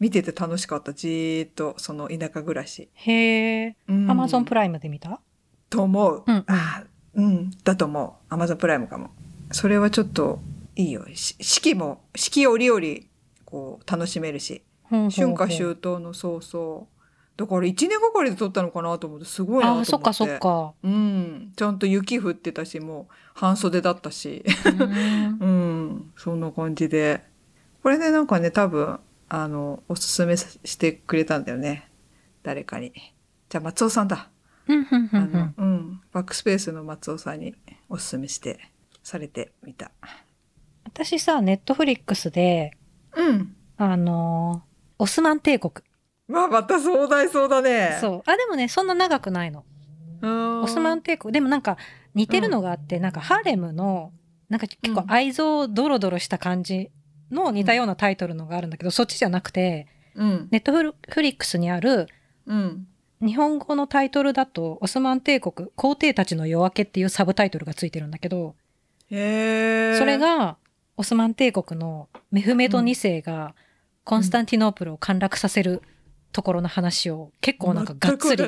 Speaker 1: 見てて楽しかった。じーっと、その田舎暮らし。
Speaker 2: へえ。
Speaker 1: うん、
Speaker 2: アマゾン
Speaker 1: ライ
Speaker 2: プライムで見た
Speaker 1: ム。と思う。
Speaker 2: うんうん
Speaker 1: あーうん、だと思う。アマゾンプライムかも。それはちょっと、いいよ。し四季も、四季折々、こう、楽しめるし。
Speaker 2: 春
Speaker 1: 春夏秋冬の、そうそう。だから一年がかりで撮ったのかなと思って、すごいなと
Speaker 2: あ
Speaker 1: 思
Speaker 2: あ、
Speaker 1: って。
Speaker 2: そっかそっ。か。
Speaker 1: うん。ちゃんと雪降ってたし、もう、半袖だったし。
Speaker 2: うーん
Speaker 1: うん、そんな感じで。これね、なんかね、多分、あの、おすすめしてくれたんだよね。誰かに。じゃあ、松尾さんだ。
Speaker 2: うんうんう
Speaker 1: あ
Speaker 2: んう
Speaker 1: の
Speaker 2: ん、
Speaker 1: うん、バックスペースの松尾さんにおすすめして、されてみた。
Speaker 2: 私さ、ネットフリックスで、
Speaker 1: うん。
Speaker 2: あのーオスマン帝国。
Speaker 1: まあ、また壮大そうだね。う
Speaker 2: そう。あ、でもね、そんな長くないの。
Speaker 1: ーん。
Speaker 2: オスマン帝国。でもなんか似てるのがあって、なんかハーレムの、なんか結構
Speaker 1: うん
Speaker 2: 愛憎ドロドロした感じの似たようなタイトルのがあるんだけど、そっちじゃなくて、
Speaker 1: うん。
Speaker 2: ネットフリックスにある
Speaker 1: うん。
Speaker 2: 日本語のタイトルだと、オスマン帝国、皇帝たちの夜明けっていうサブタイトルがついてるんだけど、
Speaker 1: へえ。
Speaker 2: それ、が、オスマン帝国のメフメド2世がコンスタンティノープルを陥落させるところの話を結構なんかがっつり。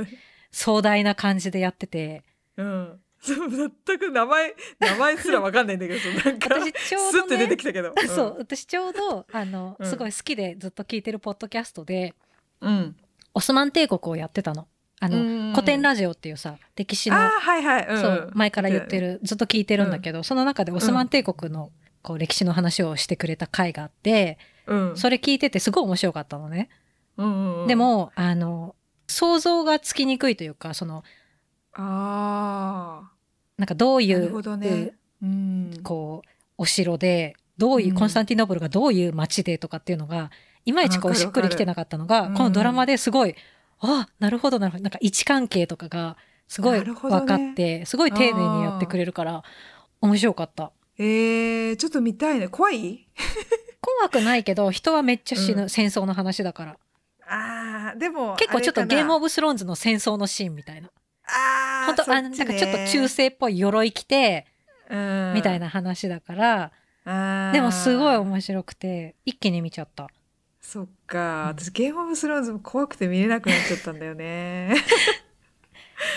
Speaker 2: 壮大な感じでやってて、
Speaker 1: うん。そう全く名前、名前すらわかんないんだけど、そうなんか、
Speaker 2: 私ちょう
Speaker 1: ス
Speaker 2: ど
Speaker 1: ッて出て
Speaker 2: ね、
Speaker 1: きたけど。ん
Speaker 2: そう、。私ちょうど、あの、
Speaker 1: うん
Speaker 2: すごい好きでずっと聞いてるポッドキャストで、
Speaker 1: うん。
Speaker 2: オスマン帝国をやってたの。あの、
Speaker 1: の
Speaker 2: 古典ラジオっていうさ、歴史の
Speaker 1: ああーはいはい、うんん、
Speaker 2: そう前から言って
Speaker 1: る
Speaker 2: るずっと聞いてるんだけど、その中でオスマン帝国のこう歴史の話をしてくれた回があって、
Speaker 1: うん
Speaker 2: それ聞いててすごい面白かったのね、
Speaker 1: うんうんうん
Speaker 2: でもあの想像がつきにくいというかその
Speaker 1: あ
Speaker 2: なんかどう
Speaker 1: あ
Speaker 2: い
Speaker 1: なるほ
Speaker 2: う
Speaker 1: どねうん
Speaker 2: こうお城でどういう、
Speaker 1: うん
Speaker 2: コンスタンティノープルがどういう街でとかっていうのがいまいちこ
Speaker 1: わか
Speaker 2: う
Speaker 1: る
Speaker 2: しっくりきてなかったのが、
Speaker 1: かる
Speaker 2: このドラマですごい、あなるほどなるほどなんか位置関係とかがすごい
Speaker 1: なるほどね
Speaker 2: 分かって、すごい丁寧にやってくれるから面白かった。
Speaker 1: えー、ちょっと見たいね怖い
Speaker 2: 怖くないけど人はめっちゃ死ぬ、
Speaker 1: うん
Speaker 2: 戦争の話だから
Speaker 1: あーでも
Speaker 2: 結構ちょっとゲームオ
Speaker 1: ブ
Speaker 2: ブスローンズの戦争のシーンみたいな
Speaker 1: ああ、
Speaker 2: 本当あの、なんかちょっと中世っぽい鎧着て、みたい
Speaker 1: な。
Speaker 2: な話だから、
Speaker 1: あー
Speaker 2: でもすごい面白くて、一気に見ちゃった。
Speaker 1: そっか。
Speaker 2: うん
Speaker 1: 私、ゲームオブスローンズも怖くて見れなくなっちゃったんだよね。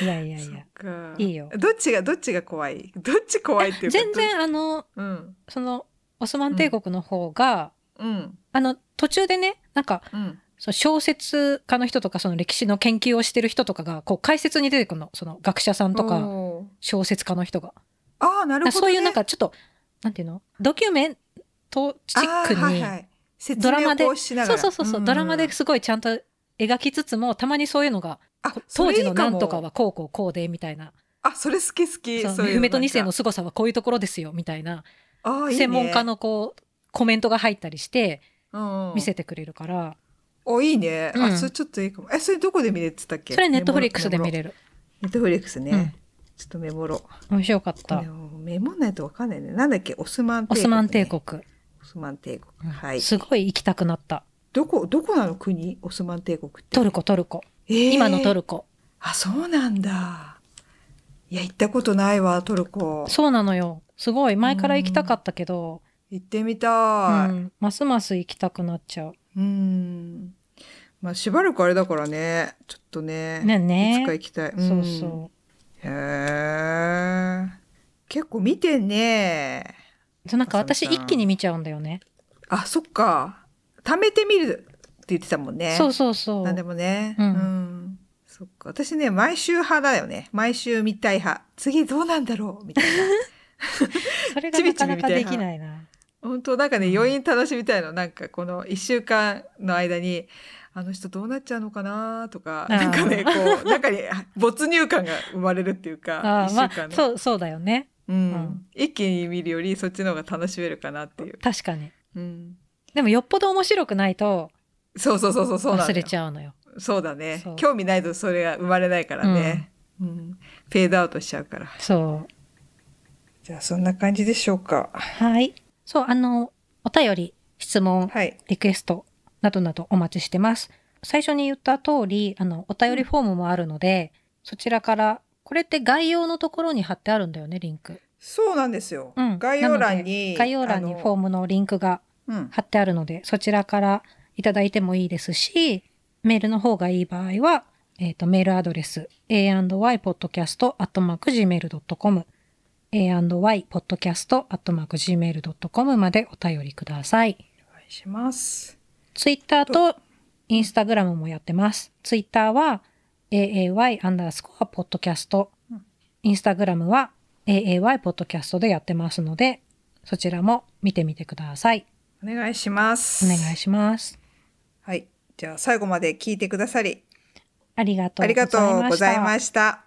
Speaker 2: いやいやい
Speaker 1: そっ
Speaker 2: や。
Speaker 1: か。
Speaker 2: いいよ
Speaker 1: どっちが、どっちが怖いどっち怖いっていうか。
Speaker 2: 全然あの、
Speaker 1: ど。うん。
Speaker 2: その、オスマン帝国の方が、
Speaker 1: うん。
Speaker 2: あの、途中でね、なんか、
Speaker 1: うん。
Speaker 2: その小説家の人とか、その歴史の研究をしてる人とかが、こう解説に出てくるの。その学者さんとか、
Speaker 1: おー。
Speaker 2: 小説家の人が。
Speaker 1: ああ、なるほど、ね。
Speaker 2: だからそういうなんかちょっと、なんていうのドキュメントチックに、
Speaker 1: あーはいはい、説
Speaker 2: ドラ
Speaker 1: 明
Speaker 2: マ
Speaker 1: を
Speaker 2: で
Speaker 1: こうしなが
Speaker 2: そう
Speaker 1: ら
Speaker 2: そうそうそう、
Speaker 1: んん
Speaker 2: ドラマですごいちゃんと描きつつも、たまにそういうのが、
Speaker 1: あ
Speaker 2: 当
Speaker 1: それい
Speaker 2: 時
Speaker 1: い
Speaker 2: の
Speaker 1: か
Speaker 2: な
Speaker 1: も
Speaker 2: んとかはこうこうこうで、みたいな。
Speaker 1: あそれ好き好き
Speaker 2: そ
Speaker 1: そうういう
Speaker 2: メフメト2世
Speaker 1: な
Speaker 2: の
Speaker 1: ん
Speaker 2: 凄さはこういうところですよ、みたいな。
Speaker 1: かあーいいね
Speaker 2: 専門家のこう、コメントが入ったりして、
Speaker 1: うんうん
Speaker 2: 見せてくれるから、
Speaker 1: おいいね、
Speaker 2: う
Speaker 1: あ
Speaker 2: ん
Speaker 1: それちょっといいかもえそれどこで見れてたっけ
Speaker 2: それネットフリックスで見
Speaker 1: る
Speaker 2: れる。
Speaker 1: ネットフリックスね、
Speaker 2: うん
Speaker 1: ちょっとメモろう
Speaker 2: 面白かっ
Speaker 1: こ
Speaker 2: た
Speaker 1: れ。をメモんないとわかんないねなんだっけオスマン帝
Speaker 2: オ
Speaker 1: 国、ね、
Speaker 2: スマン帝国。
Speaker 1: オスマン帝国
Speaker 2: うん
Speaker 1: はい
Speaker 2: すごい行きたくなった。
Speaker 1: どこどこなの国オスマン帝国って
Speaker 2: トルコ、トルコ。
Speaker 1: えー
Speaker 2: 今のトルコ。
Speaker 1: あそうなんだいや行ったことないわトルコ
Speaker 2: そうなのよ。すごい。前から行きたかったけど、
Speaker 1: 行ってみ
Speaker 2: う
Speaker 1: たい、
Speaker 2: ん、ますます行きたくなっちゃう。
Speaker 1: うーん。まあしばらくあれだからね、ちょっとね。
Speaker 2: ね
Speaker 1: いつか
Speaker 2: ね。
Speaker 1: 行きたい。
Speaker 2: そ
Speaker 1: ん
Speaker 2: うそ
Speaker 1: へえ。結構見てんね。
Speaker 2: う。そうなんか私
Speaker 1: 浅見さん
Speaker 2: 一気に見ちゃうんだよね。
Speaker 1: あ、そっか。貯めてみるって言ってたもんね。
Speaker 2: そうそうそう。
Speaker 1: なんでもね。
Speaker 2: うん
Speaker 1: んそっか。私ね、毎週派だよね。毎週見たい派。次どうなんだろうみたいな。
Speaker 2: それがなかなかできないな。
Speaker 1: 本当なんかね、
Speaker 2: うん
Speaker 1: 余韻楽しみたいの。なんかこの一週間の間に、あの人どうなっちゃうのかなとか、
Speaker 2: あー
Speaker 1: なんかね、こう、中にあ没入感が生まれるっていうか、
Speaker 2: あ
Speaker 1: 一
Speaker 2: あ
Speaker 1: 週
Speaker 2: まあ
Speaker 1: 間の。
Speaker 2: そうそうだよね
Speaker 1: うん
Speaker 2: うん
Speaker 1: 一気に見るよりそっちの方が楽しめるかなっていう。
Speaker 2: 確かに
Speaker 1: うん、
Speaker 2: でもよっぽど面白くないと
Speaker 1: そうそうそうそうそうなん
Speaker 2: 忘
Speaker 1: だ
Speaker 2: れ
Speaker 1: よ。
Speaker 2: ちゃうのよ
Speaker 1: そうだね
Speaker 2: そう
Speaker 1: 興味ないとそれが生まれないからね。うん。フェードアウトしちゃうから。
Speaker 2: そう
Speaker 1: じゃあそんな感じでしょうか。
Speaker 2: はいそうあのお便り質問
Speaker 1: はい。
Speaker 2: リクエストなどなどお待ちしてます最初に言った通りあのお便りフォームもあるので、そちらからこれって概要のところに貼ってあるんだよねリンク、
Speaker 1: そうなんですよ。
Speaker 2: うん、
Speaker 1: 概要
Speaker 2: な
Speaker 1: 欄
Speaker 2: ので
Speaker 1: に。
Speaker 2: 概要欄にフォー
Speaker 1: ム。
Speaker 2: ムのリンクが
Speaker 1: うん。
Speaker 2: 貼ってあるのでそちらからいただいてもいいですしメールの方がいい場合は、えー、とメールアドレス a&ypodcast.gmail.com a&ypodcast.gmail.com までお便りください。
Speaker 1: お願いします。
Speaker 2: ツイッターとインスタグラムもやってます。ツイッターは aay アンダースコアポッドキャスト
Speaker 1: うん。
Speaker 2: インスタグラムは aay ポッドキャストでやってますので、そちらも見てみてください。
Speaker 1: お願いします。
Speaker 2: お願いします。
Speaker 1: はい。じゃあ最後まで聞いてくださり、
Speaker 2: ありがと
Speaker 1: ありがとう
Speaker 2: う
Speaker 1: ご
Speaker 2: ご
Speaker 1: ざ
Speaker 2: ざ
Speaker 1: い
Speaker 2: いま
Speaker 1: まし
Speaker 2: した。
Speaker 1: た。